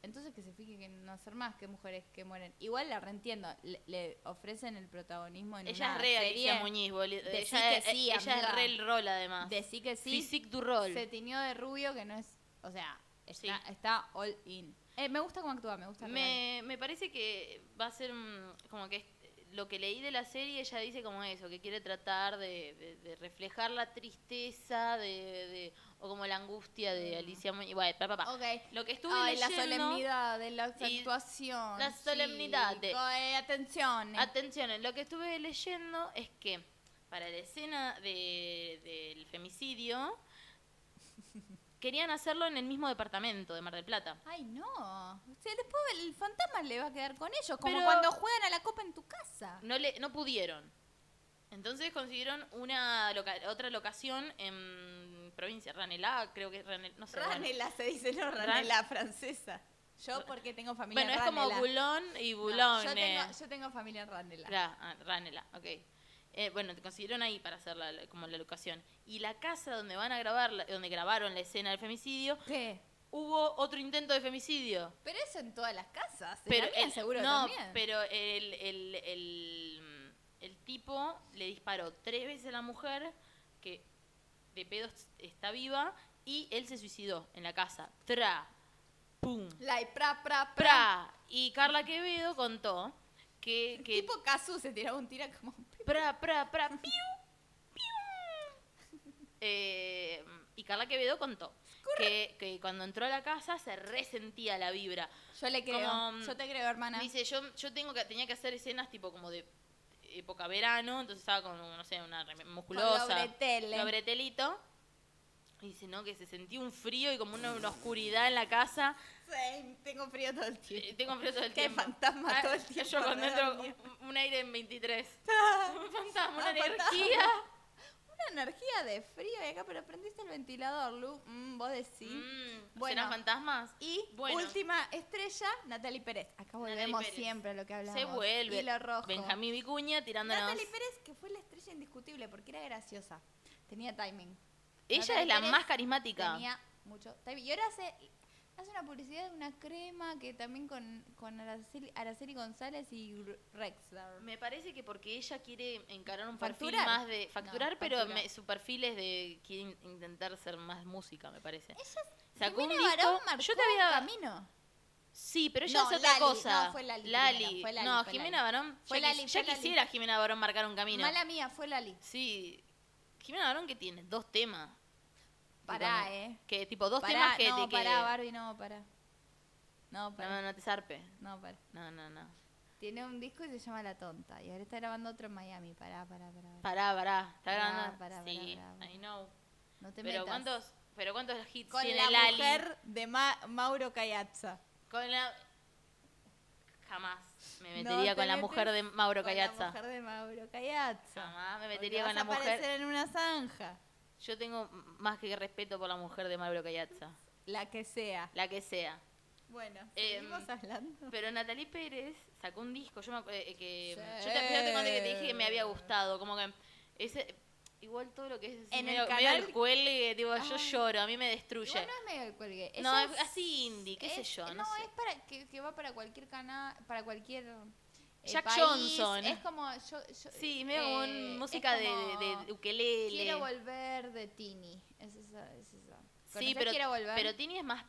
Entonces que se fije que no hacer más que mujeres que mueren. Igual la reentiendo, le, le ofrecen el protagonismo en Ella una es re Alicia serie. Muñiz, boludo. Decí Ella, que sí, eh, ella amiga. es re el rol, además. Decí que sí. Physique du rol. Se tiñó de rubio que no es, o sea, está, Sí. está all in. Eh, me gusta cómo actúa, me gusta. real. Me, me parece que va a ser un- como que es- lo que leí de la serie, ella dice como eso, que quiere tratar de, de- de reflejar la tristeza de, de- o como la angustia de Alicia Muñiz. Bueno, pa, pa, pa. Mm. Ok. Lo que estuve Ay, la leyendo... solemnidad de la y- actuación. la solemnidad de- Eh, atención. Atención, lo que estuve leyendo es que para la escena de- del femicidio querían hacerlo en el mismo departamento de Mar del Plata. Ay, no. O sea, después el fantasma le va a quedar con ellos, como Pero- cuando juegan a la copa en tu casa. No le no pudieron. Entonces consiguieron una loca- otra locación en provincia Ranelá, creo que es Ranel, no sé. bueno. Ranela se dice, no Ranela francesa. Yo porque tengo familia Bueno, es como Bulón y No, yo, Bulone. tengo, yo tengo familia Ranela. Ra- ah, Ranelá, ok. Eh, bueno, te consiguieron ahí para hacer la- la- como la locación. Y la casa donde van a grabar, la- donde grabaron la escena del femicidio, ¿Qué? hubo otro intento de femicidio. Pero eso en todas las casas. en pero la mía el- seguro no, también. pero el, el, el, el tipo le disparó tres veces a la mujer que de pedo está viva y él se suicidó en la casa. Tra, pum, La y pra, pra, pra. pra. Y Carla Quevedo contó que, que Tipo Casu se tiraba un tira como un pe- pra, pra, pra, piu, piu. Eh, y Carla Quevedo contó que, que cuando entró a la casa se resentía la vibra. Yo le creo. Como, mm, Yo te creo, hermana. Dice, yo, yo tengo que, tenía que hacer escenas tipo como de época verano, entonces estaba con, no sé, una rem- musculosa. lobretele. Lobretelito. Y dice, no, que se sentía un frío y como una, una oscuridad en la casa. Sí, tengo frío todo el tiempo. Eh, Tengo frío todo el Que hay tiempo. fantasma Ah, todo el tiempo, Yo cuando me da entro, miedo. un, un aire en 23. un fantasma, una Ah, fantasma. energía. Una energía de frío y acá, pero prendiste el ventilador, Lu. Mm, vos decís. Mm, Bueno. ¿Serán fantasmas? Y Bueno. última estrella, Natalie Pérez. Acá Natalie volvemos Pérez. siempre a lo que hablamos. Se vuelve. Hilo rojo. Benjamín Vicuña tirándonos. Natalie Pérez, que fue la estrella indiscutible porque era graciosa. Tenía timing. Ella Natalie es la Pérez más carismática. Tenía mucho timing. Y ahora hace, hace una publicidad de una crema que también con, con Araceli, Araceli González y R- Rexler. Me parece que porque ella quiere encarar un Facturar. perfil más de facturar, No, pero factura. me- su perfil es de quiere in- intentar ser más música, me parece. Ella es Sacó un primera varón disco- marcó yo te había- camino. Sí, pero ella No, es otra Lali, cosa. no, fue Lali primero, fue Lali, no, fue Jimena Barón. Fue ya, quis- Lali, ya fue Lali. quisiera Jimena Barón marcar un camino. Mala mía, fue Lali. Sí. Jimena Barón que tiene dos temas. Pará, Tipo, eh. Que tipo dos Pará, temas que no, te que- pará, Barbie, no, pará. No, no, pará. no, no te zarpe. No, pará. No, no, no. Tiene un disco y se llama La Tonta. Y ahora está grabando otro en Miami. Pará, pará, pará. pará. Pará, pará. Está Pará, grabando. pará, sí, pará, pará. I know. No te Pero metas. cuántos, pero cuántos hits Con tiene la Lali. mujer de Ma- Mauro Cayatza. Con la. Jamás me No metería te con la metes mujer de Mauro Con la Cayatza. mujer de Mauro Cayatza. Jamás me Porque metería con vas la a aparecer mujer. en una zanja. Yo tengo m- más que respeto por la mujer de Mauro Cayatza. La que sea. La que sea. Bueno, Em, seguimos hablando. Pero Natalie Pérez sacó un disco. Yo me acu- eh, que. Sí. Yo te, yo te conté que te dije que me había gustado. Como que. Ese, igual todo lo que es. así En el medio, medio canal- cuelgue, tipo, yo Ay. lloro. A mí me destruye. Igual no es medio el cuelgue. no, Ella es así indie, qué sé es- yo. No, No, sé. es para que, que va para cualquier canal, para cualquier. eh, Jack país. Johnson. Es como. Yo, yo- Sí, medio como un- eh, música es de- como de, de E. ukelele. Quiero volver de Tini. Es esa. Es esa. Sí, ¿Conocés pero, quiero volver. pero Tini es más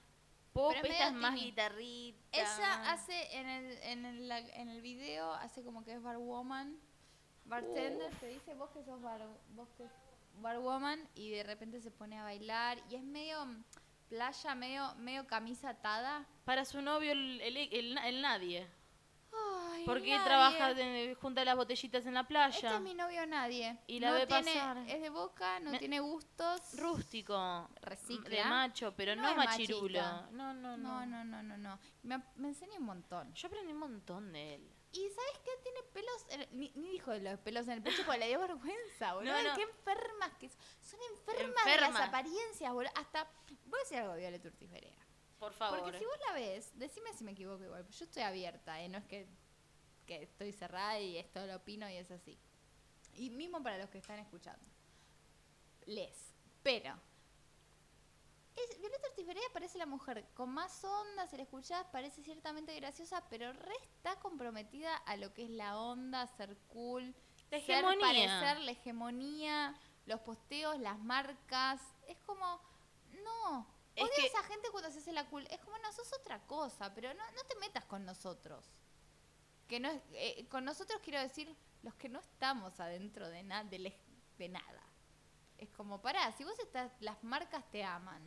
pop, Pero es esta es medio más Tini. guitarrita. Ella hace en el, en, el, la- en el video, hace como que es barwoman, bartender, te dice vos que sos bar, vos que barwoman y de repente se pone a bailar y es medio mm, playa, medio, medio camisa atada. Para su novio, el, el, el- el nadie. Ay, Porque nadie. trabaja de- junta las botellitas en la playa. Este es mi novio nadie. Y la No ve tiene- pasar. Es de boca, no Me- tiene gustos. Rústico, Recicla. de macho, pero No no, es machirulo. machista. No, no, No, no, no, no, no, no. Me, me enseña un montón. Yo aprendí un montón de él. Y ¿sabes qué? Tiene pelos, en el- ni, ni dijo de los pelos en el pecho porque le dio vergüenza, boludo. No, no. Qué enfermas que son. Son enfermas de las Enfermas. apariencias, boludo. Hasta, voy a decir algo, Violet Ortiz Vereda. Por favor. Porque si vos la ves, decime si me equivoco igual, pero yo estoy abierta, ¿eh? No es que, que estoy cerrada y esto lo opino y es así. Y mismo para los que están escuchando. Les. Pero... Es, Violeta Ortiz Vereda parece la mujer con más onda, se la escuchás, parece ciertamente graciosa, pero re está comprometida a lo que es la onda, ser cool, La ser hegemonía. parecer, la hegemonía, los posteos, las marcas. Es como, no, Es odio que- a esa gente cuando se hace la cool. Es como, no, sos otra cosa, pero no, no te metas con nosotros. Que no es, eh, con nosotros quiero decir los que no estamos adentro de, na- del ej- de nada. Es como, pará, si vos estás, las marcas te aman,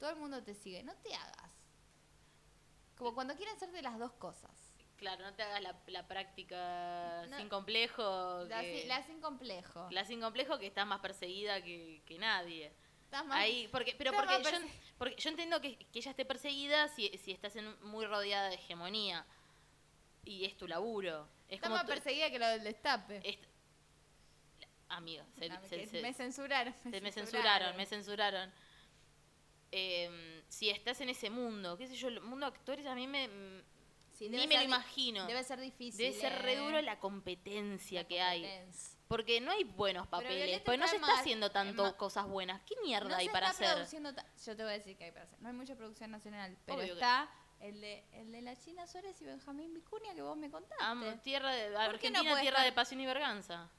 todo el mundo te sigue, no te hagas. Como cuando quieren ser de las dos cosas. Claro, no te hagas la, la práctica No. sin complejo. La, que- sin- la sin complejo. la sin complejo que estás más perseguida que, que nadie. Estás más- Ahí, porque, pero Estás porque más yo, porque yo entiendo que, que ella esté perseguida si, si estás en- muy rodeada de hegemonía. Y es tu laburo. Es Está como más tu- perseguida que lo del destape. es- la- amiga, se, Ah, se- que se- me censuraron. se- me censuraron, me censuraron. Eh, si estás en ese mundo, qué sé yo, el mundo de actores a mí me... Sí, ni debe me lo ser di- imagino. Debe ser difícil. Debe ser re eh, duro la competencia la que hay. competencia. Porque no hay buenos papeles. Violeta Porque no está se está más- haciendo tanto más- cosas buenas. ¿Qué mierda No hay se para está hacer? produciendo ta- Yo te voy a decir que hay para hacer. No hay mucha producción nacional, pero Obvio que está el de, el de la China Suárez y Benjamín Vicuña que vos me contaste. Amo, tierra de, ¿Por qué no Argentina, puede tierra estar? de pasión y verganza.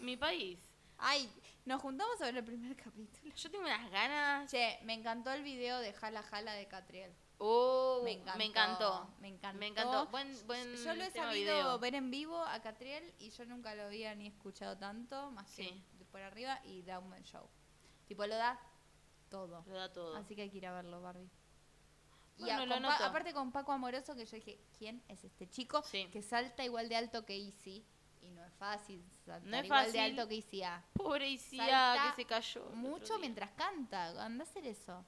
Mi país. Ay, nos juntamos a ver el primer capítulo. Yo tengo unas ganas. Che, me encantó el video de Jala Jala de Catriel. Oh, Me encantó. me encantó. Me encantó. Me encantó. Buen, buen yo lo he tema sabido video. ver en vivo a Catriel y yo nunca lo había ni escuchado tanto, más Sí. que de por arriba y da un buen show. Tipo, lo da todo. Lo da todo. Así que hay que ir a verlo, Barbie. Y Bueno, a- lo con Pa- anoto. aparte con Paco Amoroso, que yo dije, ¿quién es este chico? Sí. Que salta igual de alto que Easy. Y no es fácil saltar No es igual fácil. de alto que Easy. ah. Pobre Isia, Salta que se cayó. el otro Mucho día. mientras canta. Anda a hacer eso.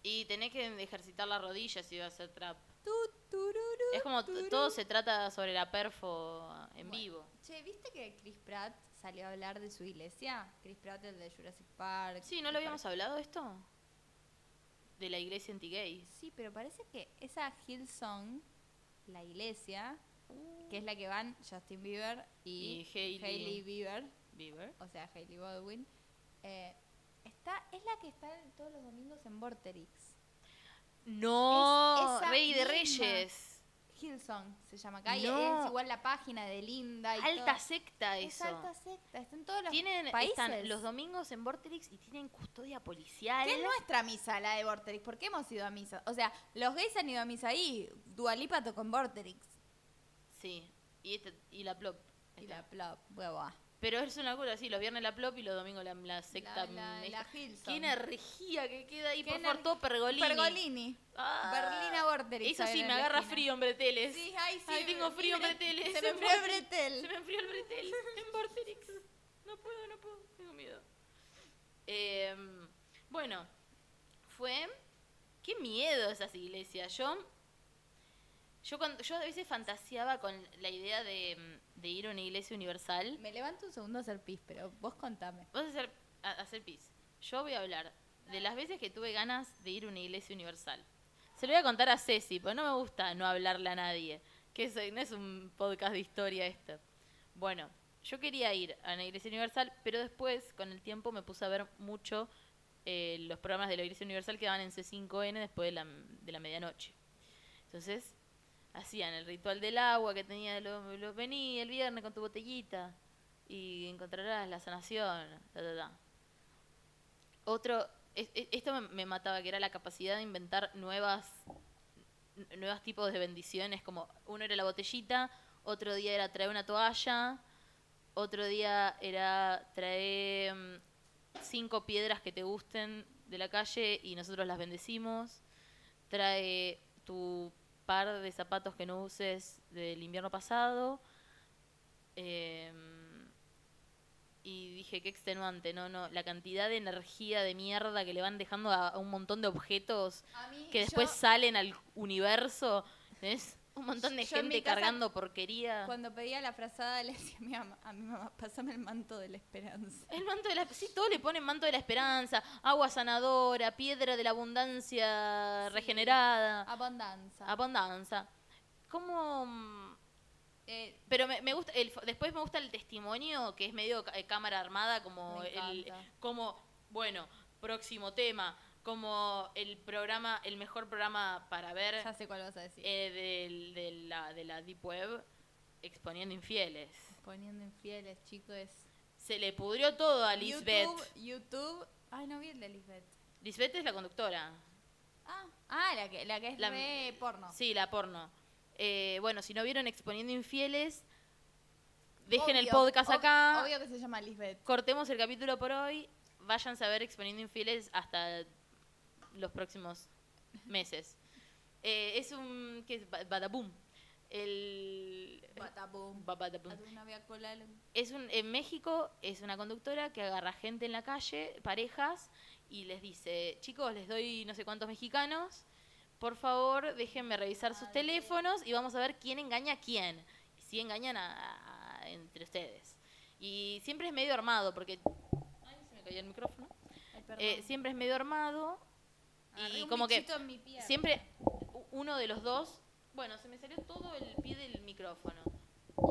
Y tenés que ejercitar la rodilla si vas a hacer trap. Tu, tururú, Es como t- turú. todo se trata sobre la perfo en Bueno. vivo. Che, ¿viste que Chris Pratt salió a hablar de su iglesia? Chris Pratt, el de Jurassic Park. Sí, ¿no lo habíamos hablado esto? De la iglesia anti-gay. Sí, pero parece que esa Hillsong, la iglesia, que es la que van Justin Bieber y, Uh. Y Hailey. Hailey Bieber, Bieber. o sea, Hailey Baldwin, eh, está, es la que está todos los domingos en Vorterix. No, esa Rey de misma. Reyes. Hillsong se llama acá y No. es igual la página de Linda y Alta todo. secta Es eso. alta secta, está en todos los tienen países. están los domingos en Vorterix y tienen custodia policial. ¿Qué es nuestra misa, la de Vorterix? ¿Por qué hemos ido a misa? O sea, los gays han ido a misa ahí. Dualipa tocó en Vorterix. Sí. Y, esta- y la plop. Y Está. la plop, huevo. ah. Pero es una cosa, sí, los viernes la plop y los domingos la, la secta. la- mez- la Hillsong. Qué energía que queda ahí, Qué por favor, ener- todo pergolini. Pergolini. Ah. Berlina Vorterix. Eso sí, ahora en me la agarra esquina. frío en breteles. Sí, ay, sí. Ay, tengo frío en breteles. Se me en enfrió el Vorterix. bretel. Se me enfrió el bretel en Vorterix. No puedo, no puedo, tengo miedo. Em, bueno, fue. Qué miedo esas iglesias. Yo. Yo, cuando, yo a veces fantaseaba con la idea de, de ir a una iglesia universal. Me levanto un segundo a hacer pis, pero vos contame. Vos a hacer, a- a hacer pis. Yo voy a hablar de las veces que tuve ganas de ir a una iglesia universal. Se lo voy a contar a Ceci, porque no me gusta no hablarle a nadie. Que soy- no es un podcast de historia este. Bueno, yo quería ir a una iglesia universal, pero después, con el tiempo, me puse a ver mucho eh, los programas de la iglesia universal que daban en C5N después de la, de la medianoche. Entonces, hacían el ritual del agua que tenía los lo, vení el viernes con tu botellita y encontrarás la sanación. ta, ta, ta. Otro, es- es- esto me, me mataba, que era la capacidad de inventar nuevas n- nuevos tipos de bendiciones, como uno era la botellita, otro día era traer una toalla, otro día era traer mm, cinco piedras que te gusten de la calle y nosotros las bendecimos, trae tu par de zapatos que no uses del invierno pasado, Em, y dije, qué extenuante, no, no, la cantidad de energía de mierda que le van dejando a, a un montón de objetos A mí, que después salen al universo. Es un montón de Yo en gente mi casa- cargando porquería. Cuando pedía la frazada le decía a mi mamá, a mi mamá, pásame el manto de la esperanza. El manto de la... Sí, todo le ponen manto de la esperanza, agua sanadora, piedra de la abundancia Sí. regenerada, Abundancia. Ah. abundancia. ¿Cómo...? mm, Eh, Pero me, me gusta, el, fo- después me gusta el testimonio, que es medio ca- eh, cámara armada, como Me el, encanta. como, bueno, próximo tema, como el programa, el mejor programa para ver. ya sé cuál vas a decir. eh, del- de, la, de la Deep Web exponiendo infieles. Poniendo infieles, chicos. Se le pudrió todo a Lisbeth. YouTube, YouTube. Ay, no vi el de Lisbeth. Lisbeth es la conductora. Ah, ah la, que, la que es La- re porno. Sí, la porno. Eh, bueno, si no vieron exponiendo infieles, dejen el podcast ob- acá. Obvio que se llama Lisbeth. Cortemos el capítulo por hoy. Vayan a ver exponiendo infieles hasta los próximos meses. Eh, es un. ¿Qué es? Ba- Badaboom. El. Batabum. Ba- badaboom. A tu novia colalo. es un, en México es una conductora que agarra gente en la calle, parejas, y les dice, chicos, les doy no sé cuántos mexicanos, por favor déjenme revisar sus Madre. teléfonos y vamos a ver quién engaña a quién, si engañan a, a- entre ustedes. Y siempre es medio armado, porque... Ay, se me cayó el micrófono. Ay, perdón. Eh, siempre es medio armado Agarré y un como que bichito en mi pierna. siempre u- uno de los dos... Bueno, se me salió todo el pie del micrófono.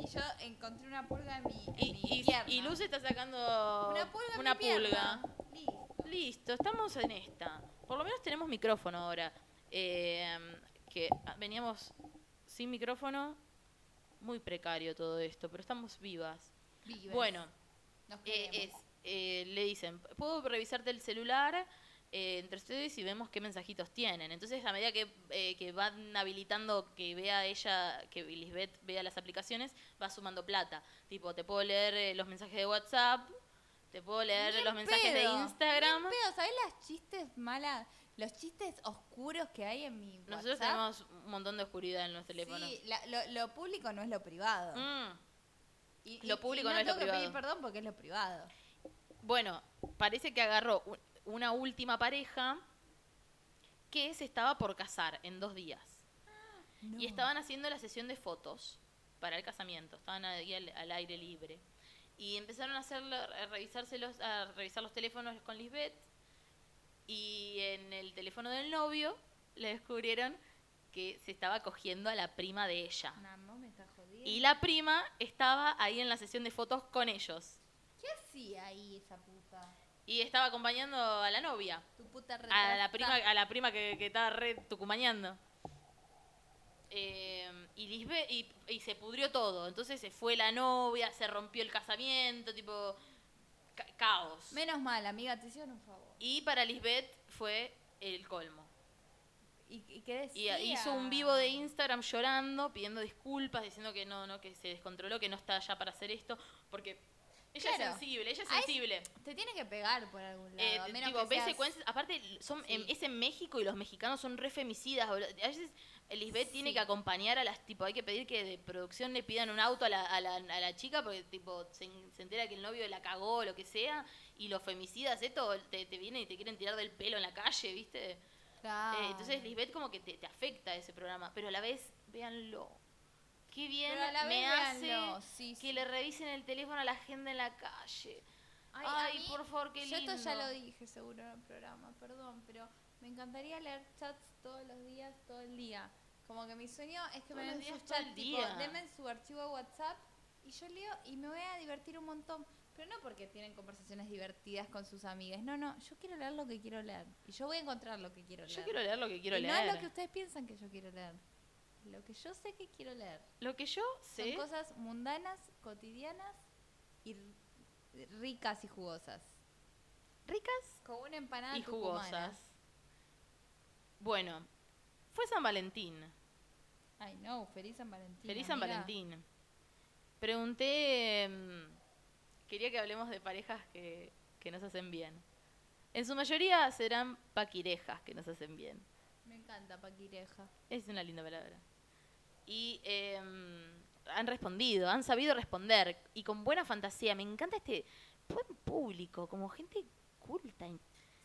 Y yo encontré una pulga en mi, en Y, mi y, pierna. y Luz está sacando Una pulga en una mi pierna. pulga. Listo. Listo, estamos en esta. Por lo menos tenemos micrófono ahora. Eh, que ah, veníamos sin micrófono. Muy precario todo esto, pero estamos vivas. Vivas. Bueno, Nos eh, queremos. es- eh, le dicen, puedo revisarte el celular eh, entre ustedes y vemos qué mensajitos tienen. Entonces, a medida que, eh, que van habilitando que vea ella, que Lisbeth vea las aplicaciones, va sumando plata. Tipo, te puedo leer eh, los mensajes de WhatsApp, te puedo leer Ni en los mensajes de pedo, ni en Instagram. Pero, ¿sabés las chistes malas? Los chistes oscuros que hay en mi Nosotros WhatsApp? tenemos un montón de oscuridad en los teléfonos. Sí, la- lo, lo público no es lo privado. Mm. Y, Lo público no es lo tengo que privado. pedir perdón porque es lo privado. Bueno, parece que agarró u- una última pareja que se estaba por casar en dos días. No. Y estaban haciendo la sesión de fotos para el casamiento, estaban ahí al, al aire libre. Y empezaron a, hacerlo, a, revisárselos, a revisar los teléfonos con Lisbeth. Y en el teléfono del novio le descubrieron que se estaba cogiendo a la prima de ella. Mamá me está jodiendo. Y la prima estaba ahí en la sesión de fotos con ellos. ¿Qué hacía ahí esa puta? Y estaba acompañando a la novia. Tu puta A la retrasada. prima, a la prima que, que estaba re tucumañando. Eh, y, Lisbe- y, y se pudrió todo. Entonces se fue la novia, se rompió el casamiento, tipo ca- caos. Menos mal, amiga, te hicieron un favor. Y para Lisbeth fue el colmo. ¿Y, y qué Y decía? hizo un vivo de Instagram llorando, pidiendo disculpas, diciendo que no, no, que se descontroló, que no está ya para hacer esto, porque ella es Claro. sensible, ella es Ay, sensible. Te tiene que pegar por algún lado. Eh, a menos tipo, que ve seas- secuencias- aparte son, en- Sí. es en México y los mexicanos son re femicidas. boludo. A veces Lisbeth tiene Sí. que acompañar a las, tipo, hay que pedir que de producción le pidan un auto a la, a la, a la chica porque tipo se, en- se entera que el novio la cagó o lo que sea y los femicidas esto te, te vienen y te quieren tirar del pelo en la calle, ¿viste? Eh, Claro. entonces Lisbeth como que te, te afecta ese programa, pero a la vez, véanlo. Qué bien Pero a la me vez, hace véanlo, sí, que sí. le revisen el teléfono a la gente en la calle. Ay, a mí- por favor, qué Yo lindo. esto ya lo dije seguro en el programa, perdón, pero me encantaría leer chats todos los días, todo el día. Como que mi sueño es que Todos me los den días, sus todo el chats, tipo, día. denme en su archivo de WhatsApp y yo leo y me voy a divertir un montón. Pero no porque tienen conversaciones divertidas con sus amigas. No, no, yo quiero leer lo que quiero leer. Y yo voy a encontrar lo que quiero leer. Yo quiero leer lo que quiero Y leer. No es lo que ustedes piensan que yo quiero leer. Lo que yo sé que quiero leer. Lo que yo sé. Son cosas mundanas, cotidianas y r- ricas y jugosas. ricas Como una empanada y tucumana. jugosas. Bueno, fue San Valentín. Ay, no, feliz San Valentín. Feliz San amiga. Valentín. Pregunté. em, quería que hablemos de parejas que, que nos hacen bien. En su mayoría serán paquirejas que nos hacen bien. Me encanta Paquireja. Es una linda palabra. Y em, han respondido, han sabido responder y con buena fantasía. Me encanta este buen público, como gente culta,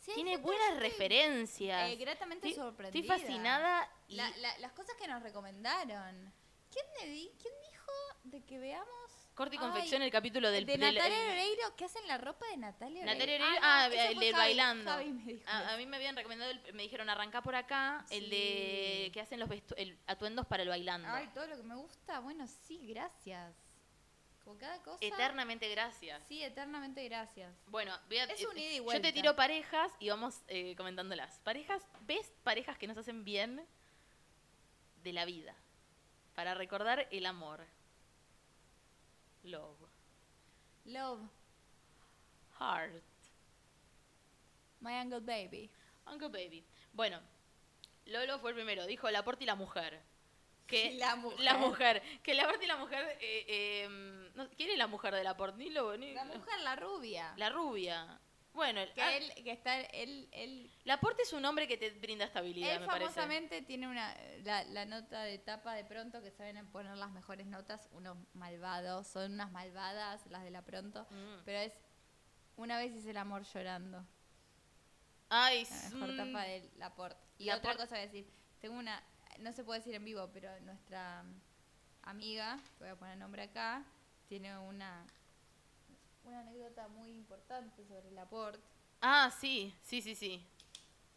Sí, hay Tiene gente- buenas yo estoy, referencias. eh, gratamente estoy, sorprendida. estoy fascinada y La- la- las cosas que nos recomendaron. ¿Quién, le di- quién dijo de que veamos? corte y Ay, confección el capítulo del de del- Natalia el- Oreiro, que hacen la ropa de Natalia Oreiro. Natalia Oreiro, Ah, ah, no, ese el fue de Javi, bailando. Javi me dijo eso. Ah, A, a mí me habían recomendado, el- me dijeron arrancá por acá, el de Sí. que hacen los vestu- el atuendos para el bailando. Ay, todo lo que me gusta, bueno, sí, gracias. Como cada cosa. Eternamente gracias. Sí, eternamente gracias. Bueno, voy a- eh, Es un ida y yo vuelta. te tiro parejas y vamos eh, comentándolas. Parejas, ¿ves parejas que nos hacen bien de la vida? Para recordar el amor. Love. Love, Heart. my uncle baby. Uncle Baby. Bueno, Lolo fue el primero. Dijo la porta y la mujer. Que La mujer. mujer. Que la porta y la mujer. eh, eh, no, ¿Quién es la mujer de la porta? Ni lo- ni- La mujer, la rubia. La rubia. Bueno, el- que ah, él, que está él, él, la porta es un hombre que te brinda estabilidad, él me parece. famosamente tiene una la, la nota de tapa de pronto que saben poner las mejores notas, unos malvados, son unas malvadas las de la pronto, Mm. pero es una vez hice el amor llorando. Ay, mm. La es mejor un- tapa de Laporte. Y La otra Porte. cosa voy a decir, tengo una, no se puede decir en vivo, pero nuestra mm, amiga, que voy a poner nombre acá, tiene una una anécdota muy importante sobre Laporte. Ah, sí, sí, sí, sí.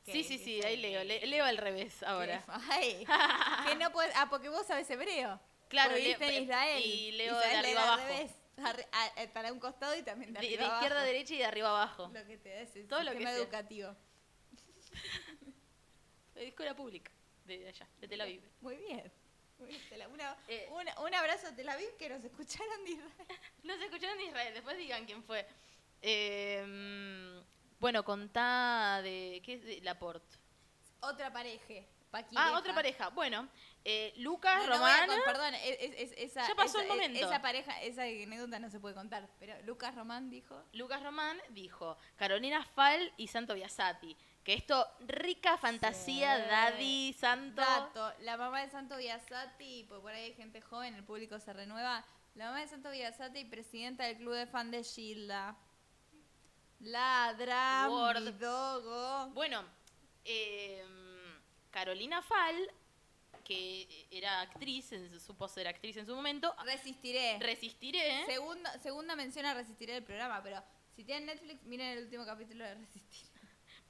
Que- Sí, sí, que sí, se- ahí leo. le- leo al revés ahora. Que, ay, que no puede, ah, porque vos sabés hebreo. Claro, Porque leo- viste en Israel. y leo Israel de arriba lee al abajo. revés, arri- a- eh, para un costado y también de De, de arriba izquierda a abajo. derecha y de arriba abajo. Lo que te da es el Todo lo que sistema sea. educativo. La escuela pública de allá, de Tel Aviv. Muy bien. Muy bien, Tel Aviv. Una- Eh. una- un abrazo a Tel Aviv que nos escucharon de Israel. No se escucharon en Israel, después digan quién fue. Eh, bueno, contá de. ¿Qué es de Laporte? Otra pareja. Paquireja. Ah, otra pareja. Bueno, eh, No, Lucas, no voy a Román. con- perdón, es- es- es- esa, Ya pasó esa- el momento. esa pareja, esa anécdota no se puede contar. Pero Lucas Román dijo. Lucas Román dijo: Carolina Fal y Santo Biasati. Que esto, rica fantasía, Sí. daddy, santo. Dato, la mamá de Santo Biasati, porque por ahí hay gente joven, el público se renueva. La mamá de Santo Biasati, presidenta del club de fan de Gilda. Ladra, Word. dogo. Bueno, eh, Carolina Fal, que era actriz, en- supo ser actriz en su momento, Resistiré. resistiré. Segunda, segunda mención a Resistiré del programa, pero si tienen Netflix, miren el último capítulo de Resistiré.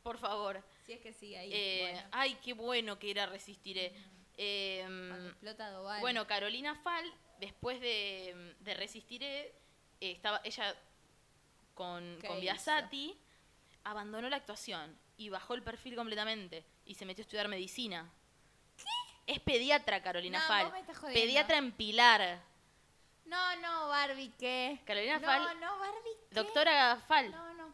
Por favor. Si es que sigue ahí. Eh, bueno. Ay, qué bueno que era Resistiré. Em, Cuando explota Doval. bueno, Carolina Fal, después de, de Resistiré, eh, estaba ella con, ¿Qué con hizo? Biasati, abandonó la actuación y bajó el perfil completamente y se metió a estudiar medicina. ¿Qué? Es pediatra Carolina No, Fal. vos me estás jodiendo. pediatra en Pilar. No, no, Barbie, ¿qué? Carolina no, Fal- No, Barbie, ¿qué? Doctora Fal. No, no.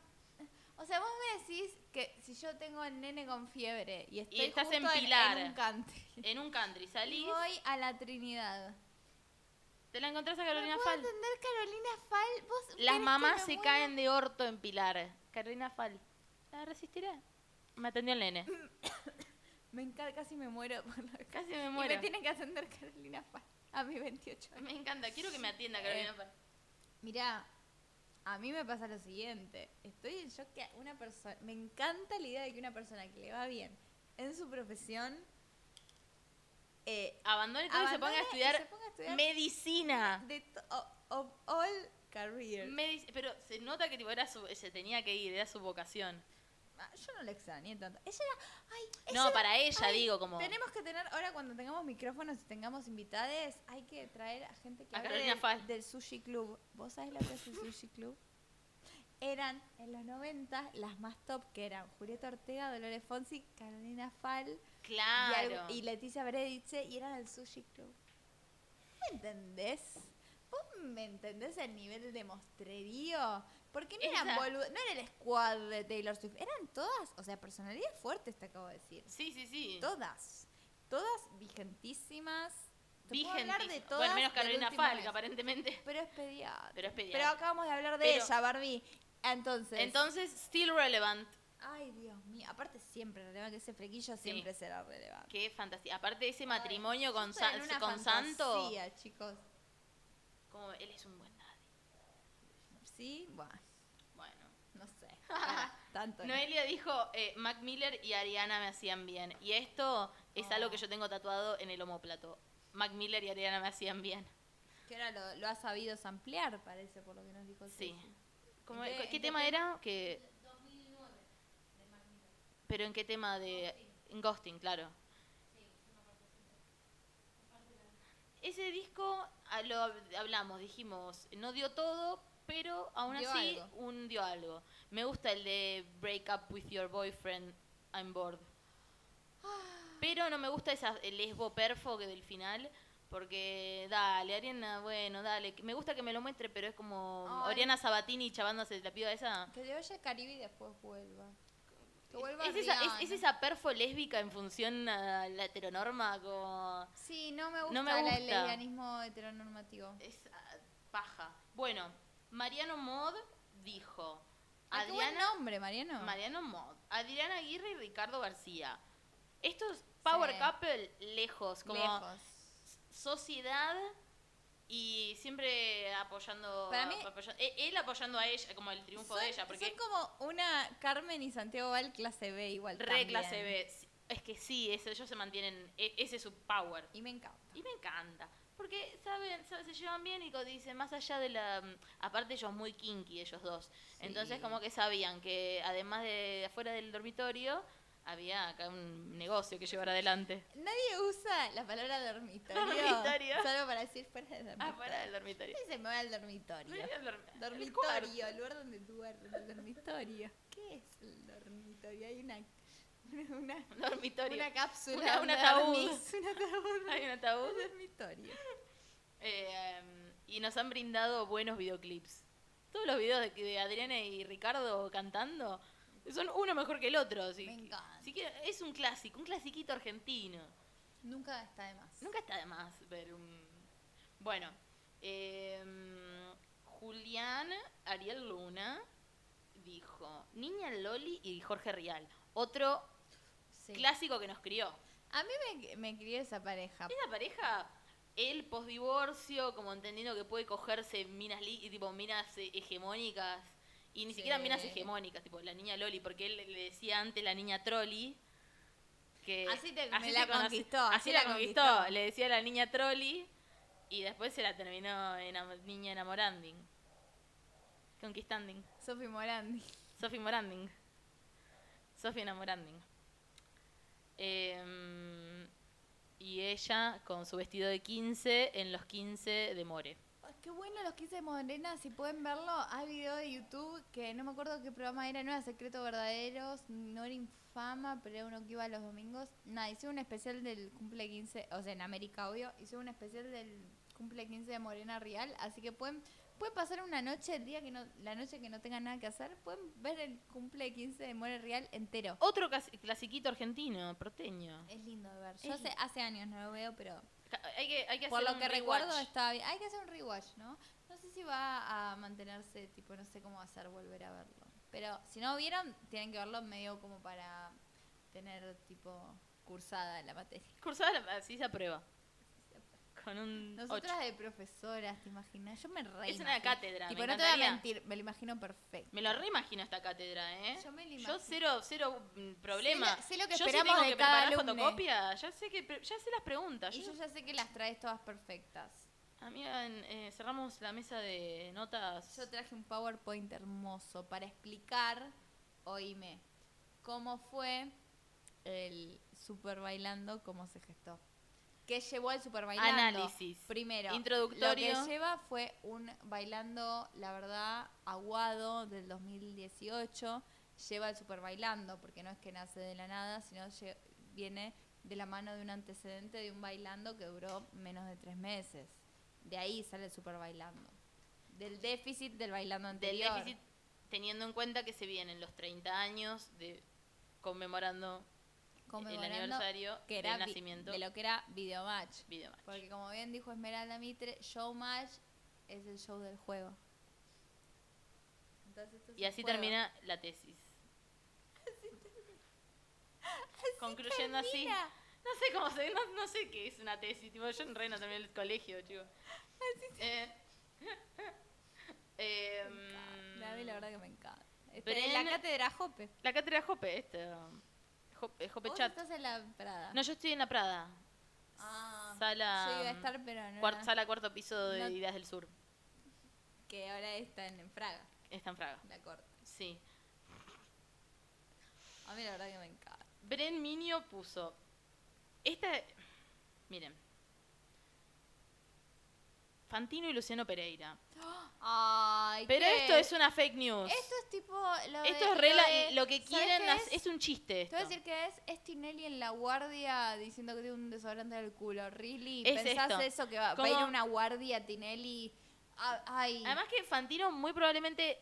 O sea, vos me decís que si yo tengo el nene con fiebre y estoy estás justo en en, Pilar. en un country En un country y salís, voy a la Trinidad. te la encontrás a ¿Me Carolina puedo Fal. entender Carolina Fal? ¿Vos querés Las que mamás me se muera? caen de orto en Pilar. Carolina Fal. ¿La resistirá? Me atendió el nene. Me encanta, casi me muero por la Casi me Y muero. me tienen que atender Carolina Fal a mis 28 años. Me encanta, quiero que me atienda Eh. Carolina Fal. Mirá, a mí me pasa lo siguiente. Estoy en shock que una persona... Me encanta la idea de que una persona que le va bien en su profesión... Eh, Abandone todo y se ponga a abandone y estudiar se ponga a estudiar medicina. de to- o- of all career. Medici- pero se nota que tipo, era su, se tenía que ir, era su vocación. Ah, Yo no la extrañé tanto. Ella era. Ay, ella No, era- para ella, ay, digo, como Tenemos que tener, ahora cuando tengamos micrófonos y tengamos invitades, hay que traer a gente que A hable Carolina del, Fal. del sushi club. ¿Vos sabés lo que es el sushi club? Eran en los 90 las más top que eran Julieta Ortega, Dolores Fonsi, Carolina Fal y, algo- claro. y Leticia Brediche y eran el sushi club. ¿Me entendés? ¿Vos me entendés el nivel de mostrerío? Porque no eran Esa- boludo, no era el squad de Taylor Swift, eran todas, o sea, personalidades fuertes te acabo de decir. Sí, sí, sí. Todas, todas vigentísimas. Te puedo Vigentes. hablar de todas bueno, menos del Carolina último Fal, mes. que aparentemente. Pero es pediatra. Pero es pediatra. Pero acabamos de hablar de Pero- ella, Barbie. Entonces, Entonces, still relevant. ay Dios mío, aparte siempre relevante, ese flequillo Sí. siempre será relevante. Qué fantasía. Aparte de ese Ay, matrimonio yo con, estoy Sa- en una con Santo, fantasía, chicos. como él es un buen daddy. Sí, bueno, Bueno. no sé. Para, tanto. no. Noelia dijo, eh, Mac Miller y Ariana me hacían bien. Y esto es Oh. algo que yo tengo tatuado en el homóplato. Mac Miller y Ariana me hacían bien. Que ahora lo, lo ha sabido ampliar, parece, por lo que nos dijo. Sí. Ceci. ¿Cómo- ¿En qué- ¿Qué, en qué tema tema? era? Que... Pero en qué tema de... En Ghosting, claro. Ese disco ah, lo hab- hablamos, dijimos, no dio todo, pero aún Dio así algo. un dio algo. Me gusta el de Break Up With Your Boyfriend, I'm Bored. Pero no me gusta esa el lesbo perfo que del final, porque dale, Ariana, bueno, dale. que- Me gusta que me lo muestre, pero es como Ay. Oriana Sabatini chavándose la piba esa. Que le vaya al Caribe y después vuelva. Que vuelva Es, esa, es- Rihanna. es esa perfo lésbica en función a la heteronorma, como. Sí, no me gusta, No me la- el gusta. lesbianismo heteronormativo. Es ah, paja. Bueno, Mariano Mod dijo. Ah, qué buen Adriana, nombre, Mariano. Mariano Mod, Adriana Aguirre y Ricardo García. Estos power Sí. couple lejos, como Lejos. sociedad y siempre apoyando, Para mí- apoya- e- él apoyando a ella, como el triunfo son, de ella, porque son como una Carmen y Santiago Val clase B igual. re también. clase B. Sí, Es que sí, es- ellos se mantienen, e- ese es su power. Y me encanta. Y me encanta. Porque saben, saben, se llevan bien y co- dice, más allá de la... mm, Aparte ellos muy kinky, ellos dos. Entonces Sí. como que sabían que además de afuera del dormitorio, había acá un negocio que llevar adelante. Nadie usa la palabra dormitorio. Dormitorio. Solo para decir fuera del dormitorio. Ah, fuera del dormitorio. Nadie se me va al dormitorio. Fuera del dorm- el cuarto. Dormitorio, el lugar donde duermes, el dormitorio. ¿Qué es el dormitorio? Hay una, una, una, Dormitorio. una cápsula, Una- un un ataúd. dormis, un ataúd. Hay un Un ataúd. dormitorio. Eh, em, y nos han brindado buenos videoclips. Todos los videos de, de Adriana y Ricardo cantando son uno mejor que el otro. Si, Me encanta. si quiere- es un clásico, un clasiquito argentino. Nunca está de más. Nunca está de más ver un... Bueno, em, Julián Ariel Luna dijo, Niña Loli y Jorge Rial. Otro Sí. clásico que nos crió. A mí me, me crió esa pareja. Esa pareja, él posdivorcio, como entendiendo que puede cogerse minas li- tipo minas eh, hegemónicas y ni Sí. siquiera minas hegemónicas, tipo la niña Loli, porque él le decía antes la niña Trolli que Así te- me la conocí- conquistó, así, así la la conquistó. conquistó. le decía la niña Trolli y después se la terminó enamo- niña enamoranding. Conquistanding. Sofi Morandi. Sofi Moranding. Sofi enamoranding. Em, y ella con su vestido de 15 en los 15 de More. Ay, Qué bueno los 15 de Morena, si pueden verlo, hay video de YouTube que no me acuerdo qué programa era, no era Secretos Verdaderos, no era Infama, pero era uno que iba los domingos. Nada, hicieron un especial del cumple 15, o sea, en América, obvio, hicieron un especial del cumple 15 de Morena Real, así que pueden, pueden pasar una noche, el día que no, la noche que no tengan nada que hacer, pueden ver el cumple 15 de Morena Real entero. Otro clas- clasiquito argentino, porteño. Es lindo de ver. Yo Es sé- hace años no lo veo, pero Ca- Hay que, hay que Por hacer lo un que rewatch. recuerdo estaba bien. Hay que hacer un rewatch, ¿no? No sé si va a mantenerse, tipo, no sé cómo va a ser volver a verlo. Pero si no vieron, tienen que verlo medio como para tener, tipo, cursada la materia. Cursada la- así se aprueba. Con un Nosotras ocho. de profesoras, ¿te imaginas? Yo me reí. Es una cátedra, Tipo, me no te voy a encantaría. mentir, me lo imagino perfecto. Me lo reimagino esta cátedra, ¿eh? Yo me lo Yo imagino. cero, cero mm, problema. Sé lo- sé lo que Yo si esperamos tengo de que cada preparar alumne. fotocopia, ya sé, que, pre- ya sé las preguntas. Y Yo- yo ya sé que las traes todas perfectas. Amiga, en- eh, cerramos la mesa de notas. Yo traje un PowerPoint hermoso para explicar, oíme, cómo fue el Super Bailando, cómo se gestó. ¿Qué llevó al Super Bailando? Análisis. Primero, Introductorio. lo que lleva fue un Bailando, la verdad, aguado del 2018. Lleva al Super Bailando, porque no es que nace de la nada, sino lle- viene de la mano de un antecedente de un Bailando que duró menos de tres meses. De ahí sale el Super Bailando. Del déficit del Bailando del anterior. déficit, teniendo en cuenta que se vienen los 30 años de conmemorando, el conmemorando aniversario que del era vi- nacimiento de lo que era Videomatch. Videomatch. Porque como bien dijo Esmeralda Mitre, Showmatch es el show del juego. Entonces esto es Y un así juego. termina la tesis. Concluyendo Mira, así. No sé cómo se no, no sé qué es una tesis. Tipo, yo en Reina también el colegio, chico. Eh, em, a mí la verdad que me encanta. Este, Bren- en la cátedra Jope. la cátedra Jope, esta. Jope, Jope Vos Chat. estás en la Prada. No, yo estoy en la Prada. Ah, sala- Yo iba a estar, pero no. Cuar- era. sala cuarto piso de No- Ideas del Sur. Que ahora está en, en Fraga, Está en Fraga. la corta. Sí. A mí la verdad que me encanta. Bren Minio puso. Esta. Miren. Fantino y Luciano Pereira. Ay, Pero ¿qué? esto es una fake news. Esto Esto, es tipo. Lo es rela. de- Lo que ¿sabes quieren. qué las- es? es? un chiste. Te Esto. voy a decir que es, es Tinelli en la guardia diciendo que tiene un desodorante en el culo. Really, Es ¿pensás esto. eso? Que va, va a Como- ir a una guardia Tinelli. Ah, Ay, Además que Fantino muy probablemente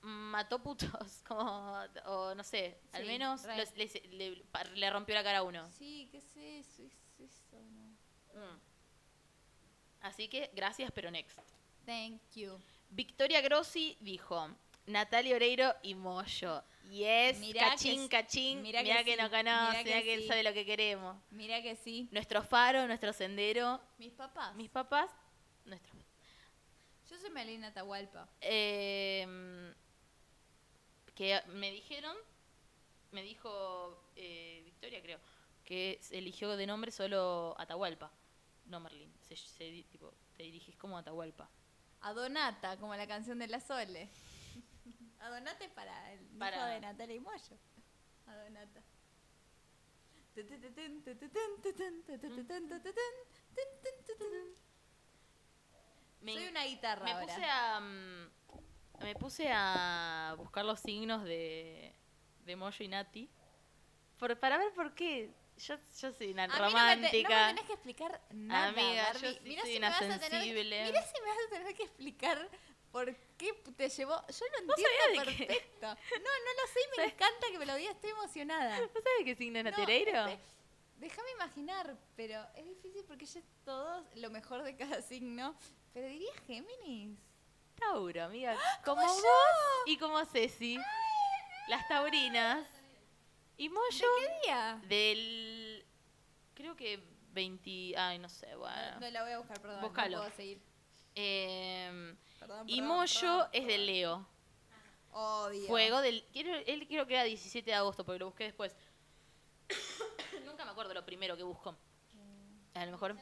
mató putos. Como. O no sé. al Sí, menos re. los- les- le, pa- le rompió la cara a uno. sí, ¿qué es eso? ¿Es eso? No. Mm. Así que gracias, pero next. Thank you. Victoria Grossi dijo, Natalia Oreiro y Moyo. Yes, Mirá cachín, que- cachín. mirá Mirá, que que, sí, no conoce, mirá mirá que que, sí. él sabe lo que queremos. Mira que sí. Nuestro faro, nuestro sendero, Mis papás. mis papás, nuestros... Yo soy Melina Atahualpa. Eh, que me dijeron, me dijo eh, Victoria, creo, que se eligió de nombre solo Atahualpa, no Merlín. Se, se di- tipo, te dirigís como Atahualpa. A Donata, como la canción de la Sole. A Donata es para el hijo Para- de Natalia y Moyo. A Donata. Me, Soy una guitarra me ahora. puse a. mm, Me puse a buscar los signos de. de Moyo y Nati. por- para ver por qué. Yo, yo soy una A mí no me te- No me, romántica. tenés que explicar nada, Amiga, yo Barbie. sí Mirá soy si una me vas a tener, sensible. mirá si me vas a tener que explicar por qué te llevó. Yo lo sabía entiendo de qué? perfecto. No, no lo sé y me encanta que me lo digas. Estoy emocionada. ¿No sabes qué signo es No, este. Natereiro? espe- Déjame imaginar, pero es difícil porque ya es todo lo mejor de cada signo. Pero diría Géminis. Tauro, amiga. Como ¡Como vos ¡Ah! yo! y como Ceci. Las taurinas. Y ¿De Moyo qué día? del. Creo que 20. Ay, no sé, No, bueno. no la voy a buscar, perdón. Ah. Búscalo. No puedo seguir. Em, Perdón, y perdón, Moyo perdón, es de perdón. Leo. Odio. Fuego del. Quiero, él creo que era 17 de agosto, porque lo busqué después. Nunca me acuerdo lo primero que busco. Mm. A lo mejor.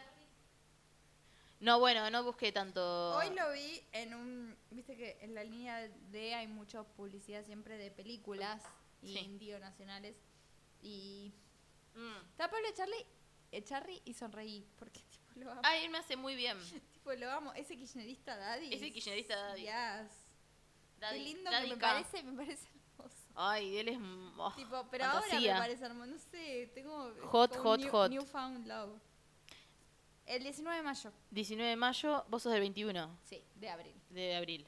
No, bueno, no busqué tanto. Hoy lo vi en un. Viste que en la línea D hay mucha publicidad siempre de películas y Sí. indio nacionales. Y. Mm. Está Pablo Charlie, eh, Charry y sonreí. Porque tipo lo amo. Ay, él me hace muy bien. Tipo lo amo. Ese kirchnerista daddy. Ese kirchnerista daddy. Yes. Daddy- Qué lindo Daddy que me K. parece, me parece hermoso. Ay, él es. mm, oh, Tipo, pero fantasía. ahora me parece hermoso. No sé, tengo. es Hot, como hot, un new- hot. Newfound love. El 19 de mayo, 19 de mayo, vos sos del 21 sí, de abril. de abril.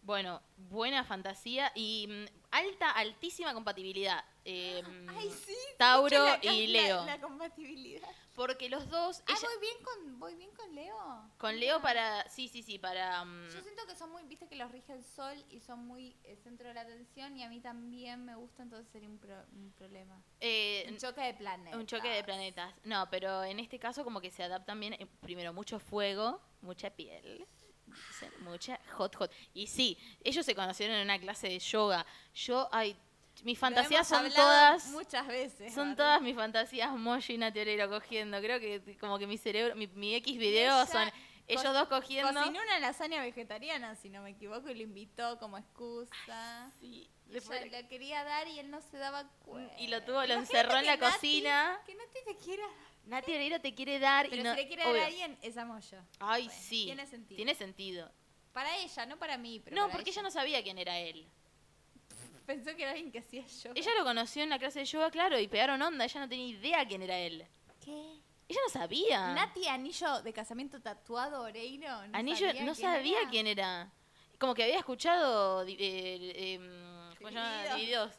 Bueno, buena fantasía y mm, alta, altísima compatibilidad. Em, Ay, sí. Tauro escuché la- y la- Leo. La, compatibilidad. Porque los dos. Ah, ella- voy bien con, voy bien con Leo. Con Leo Mira. para. Sí, sí, sí, para. mm, Yo siento que son muy, viste que los rige el sol y son muy eh, centro de la atención y a mí también me gusta, entonces sería un, pro- un problema. eh, Un choque de planetas. un choque de planetas. No, pero en este caso, como que se adaptan bien. eh, Primero, mucho fuego, mucha piel. dicen, Mucha hot, hot. Y sí, ellos se conocieron en una clase de yoga. Yo, ay, mis fantasías Lo hemos son hablado todas. Muchas veces. Son Barbie. todas mis fantasías Moyo y Nateolero cogiendo. Creo que como que mi cerebro, mi, mi X ella video son ellos dos cogiendo. Cocinó una lasaña vegetariana, si no me equivoco, y lo invitó como excusa. Sí, Y después- ella le quería dar y él no se daba cuenta. Y lo tuvo, lo Imagínate encerró en la que Nati- cocina. Que Nati te quiera. Nati Oreiro te quiere dar y Pero no. si le quiere dar obvio. a alguien, es a Moyo. Ay, Bueno, sí. tiene sentido. Tiene sentido. Para ella, no para mí. Pero no, para porque ella. no sabía quién era él. Pensó que era alguien que hacía yo. Ella lo conoció en la clase de yoga, claro, y pegaron onda. Ella no tenía idea quién era él. ¿Qué? Ella no sabía. Nati, anillo de casamiento tatuado, Oreiro. No Anillo sabía no quién sabía era. quién era. Como que había escuchado. di- el, em, ¿Cómo se llama? Divididos. Divididos.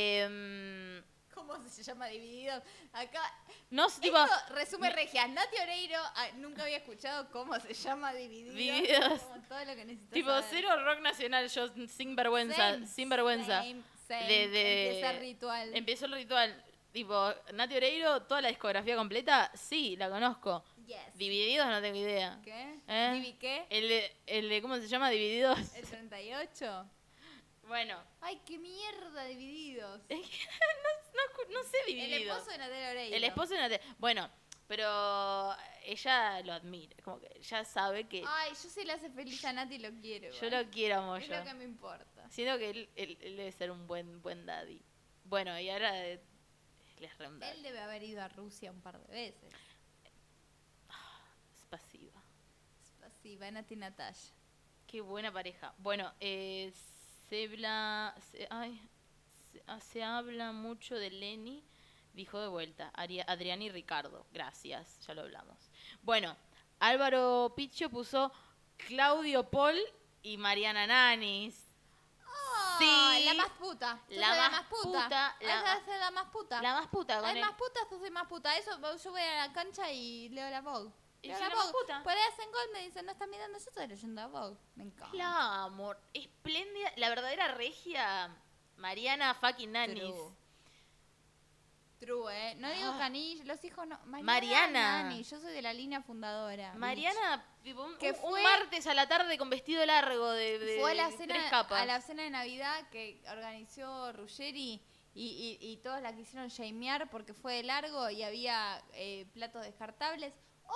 Em, ¿Cómo se llama Divididos? Acá. no sé, tipo. Esto resume me- regia. Nati Oreiro ah, nunca había escuchado cómo se llama Divididos. Divididos. Como todo lo que necesitas Tipo, saber. cero rock nacional, yo sin vergüenza, Same, sin vergüenza. same, same. De- de- em, Empieza ritual. Empiezo el ritual. Tipo, Nati Oreiro, toda la discografía completa, sí, la conozco. Yes. Divididos no tengo idea. ¿Qué? ¿Eh? ¿Divi qué? El de, el de- ¿cómo se llama? Divididos. El 38. Bueno, Ay, qué mierda, Divididos. no, no, no sé El Divididos. esposo de Natalia Oreiro. El esposo de Nati- Bueno, pero ella lo admira, como que ella sabe que Ay, yo si le hace feliz a Nati lo quiero. yo lo quiero a Moyo. Es lo que me importa. Siento que él, él- él debe ser un buen buen daddy. Bueno, y ahora eh, él es re un daddy. Él debe haber ido a Rusia un par de veces. Es pasiva. Así, va Nati Natalia. Qué buena pareja. Bueno, eh, se habla. Se, ay, se, ah, se habla mucho de Lenny. Dijo de vuelta. Ari- Adrián y Ricardo. Gracias, ya lo hablamos. Bueno, Álvaro Piccio puso Claudio Paul y Mariana Nanis. Sí. La más puta. Yo La soy más puta, Esa la es La, más- más puta. La más puta con Hay él. más putas, yo soy más puta. Eso bo- yo voy a la cancha y leo la Vogue. Y Leo soy la la más Vogue. puta. Por ahí hacen gol, me dicen, no estás mirando, yo estoy leyendo la Vogue. Me encanta. La amor, espléndida, la verdadera regia Mariana fucking Nanis. True. True, ¿eh? No digo Ah. Canillo, los hijos no. Mariana. Mariana. Nani, yo soy de la línea fundadora. Mariana, tipo, un, Que un- un fue- martes a la tarde con vestido largo de, bitch. de Fue a la, cena, tres capas. a la cena de Navidad que organizó Ruggeri y, y, y todos la quisieron shamear porque fue de largo y había eh, platos descartables.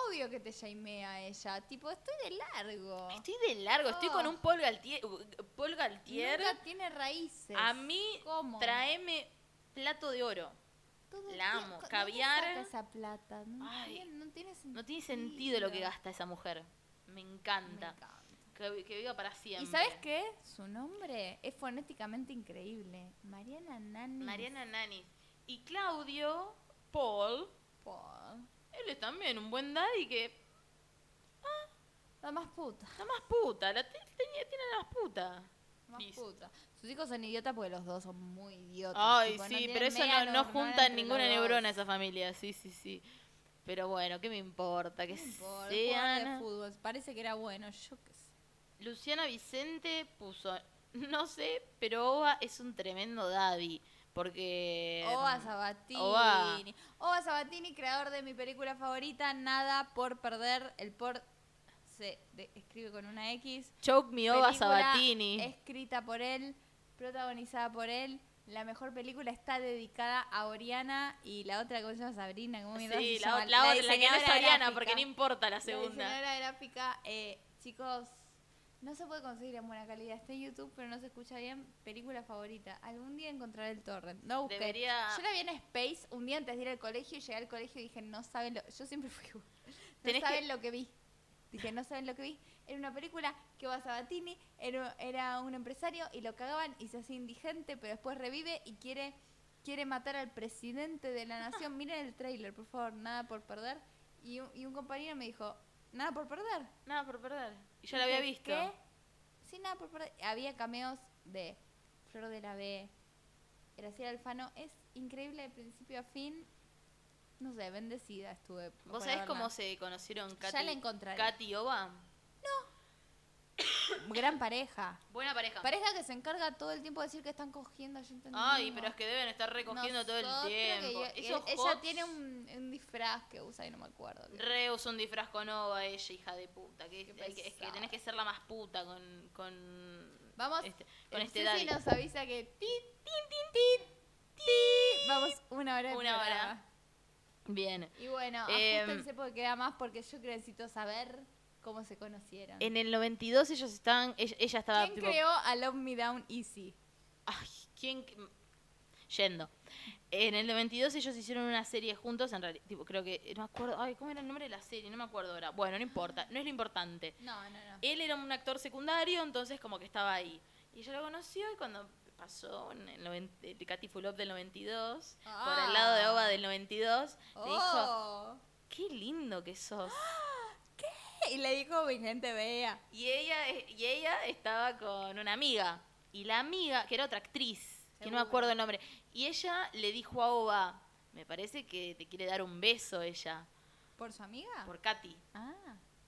Obvio que te shamea ella. Tipo, estoy de largo. Estoy de largo, estoy con Oh. un Paul Galtier. Paul Galtier, Nunca tiene raíces. a mí ¿Cómo? traeme plato de oro. todo el La amo. tiempo. ¿Dónde Caviar. saca esa plata? No, Ay, tiene, no tiene sentido. No tiene sentido lo que gasta esa mujer. Me Me encanta. encanta. Que, que viva para siempre. ¿Y sabes qué? Su nombre es fonéticamente increíble. Mariana Nani. Mariana Nani. Y Claudio, Paul, Paul. él es también un buen daddy que La más puta. la más puta. La te- tenía, tiene la más puta. Más Dice. puta. Sus hijos son idiotas porque los dos son muy idiotas. Ay, tipo, no sí, tienen pero eso media no, no neuronal juntan entre ninguna los dos. neurona esa familia. Sí, sí, sí. Pero bueno, ¿qué me importa? Que No importa, jugador de sean. fútbol. Parece que era bueno, yo qué sé. Luciana Vicente puso. No sé, pero Oba es un tremendo daddy. Porque. mm, Oba Sabatini. Oba. Oba Sabatini, creador de mi película favorita, Nada por Perder. El por se de- escribe con una X. Choke mi Oba Película Sabatini. Escrita por él, protagonizada por él. La mejor película está dedicada a Oriana y la otra, ¿cómo se llama? Sabrina. ¿cómo mierda Sí, se la, llama? ot- la, otra, la que no es diseñadora Oriana, gráfica. porque no importa la La segunda. diseñadora gráfica, eh, chicos, no se puede conseguir en buena calidad. Está en YouTube, pero no se escucha bien. Película favorita. Algún día encontraré el torrent. No busqué. Debería- Yo la vi en Space un día antes de ir al colegio y llegué al colegio y dije, no saben lo... Yo siempre fui... igual. No Tenés saben que- lo que vi. Dije, no saben lo que vi. Era una película que Oba Sabatini era, era un empresario y lo cagaban y se hace indigente, pero después revive y quiere... Quiere matar al presidente de la nación. Miren el tráiler, por favor, nada por perder. Y un, y un compañero me dijo, nada por perder. Nada por perder. Y yo la había Dije, visto. ¿Qué? Sí, nada por perder. Había cameos de Flor de la B, Graciela Alfano. Es increíble de principio a fin. No sé, bendecida estuve. por ¿Vos sabés verla. cómo se conocieron Katy, Ya la encontraré. Katy y Oba? Gran pareja. Buena pareja. Pareja que se encarga todo el tiempo de decir que están cogiendo. Yo entendí. Ay, pero es que deben estar recogiendo todo el Nosotros que tiempo. yo- Esos ella hots- tiene un, un disfraz que usa y no me acuerdo. Re usa un disfraz con Oba, ella, hija de puta. Que, Qué hay que- es que pesada. tenés que ser la más puta con. con Vamos, Este, con el este Ceci daddy. nos avisa que ti, tin, tin, tin, ti. Vamos una hora. de Una hora. programa. Bien. Y bueno, Em, ajustense porque queda más porque yo creo que necesito saber cómo se conocieron. En el 92 ellos estaban. Ella, ella estaba. ¿Quién tipo, creó a Love Me Down Easy? Ay, ¿quién? cre- Yendo. En el 92 ellos hicieron una serie juntos, en realidad, tipo, creo que, no me acuerdo, ay, ¿cómo era el nombre de la serie? No me acuerdo ahora. Bueno, no importa, no es lo importante. No, no, no. Él era un actor secundario, entonces como que estaba ahí. Y ella lo conoció y cuando pasó en el, 90 el Katy Full Up del 92, por Ah. el lado de Oba del 92, le dijo, Oh. qué lindo que sos. Y le dijo Vicente Vea. Y ella, y ella estaba con una amiga. Y la amiga, que era otra actriz, que no me Seguro. acuerdo el nombre. Y ella le dijo a Oba, me parece que te quiere dar un beso ella, ¿Por su amiga? por Katy. Ah.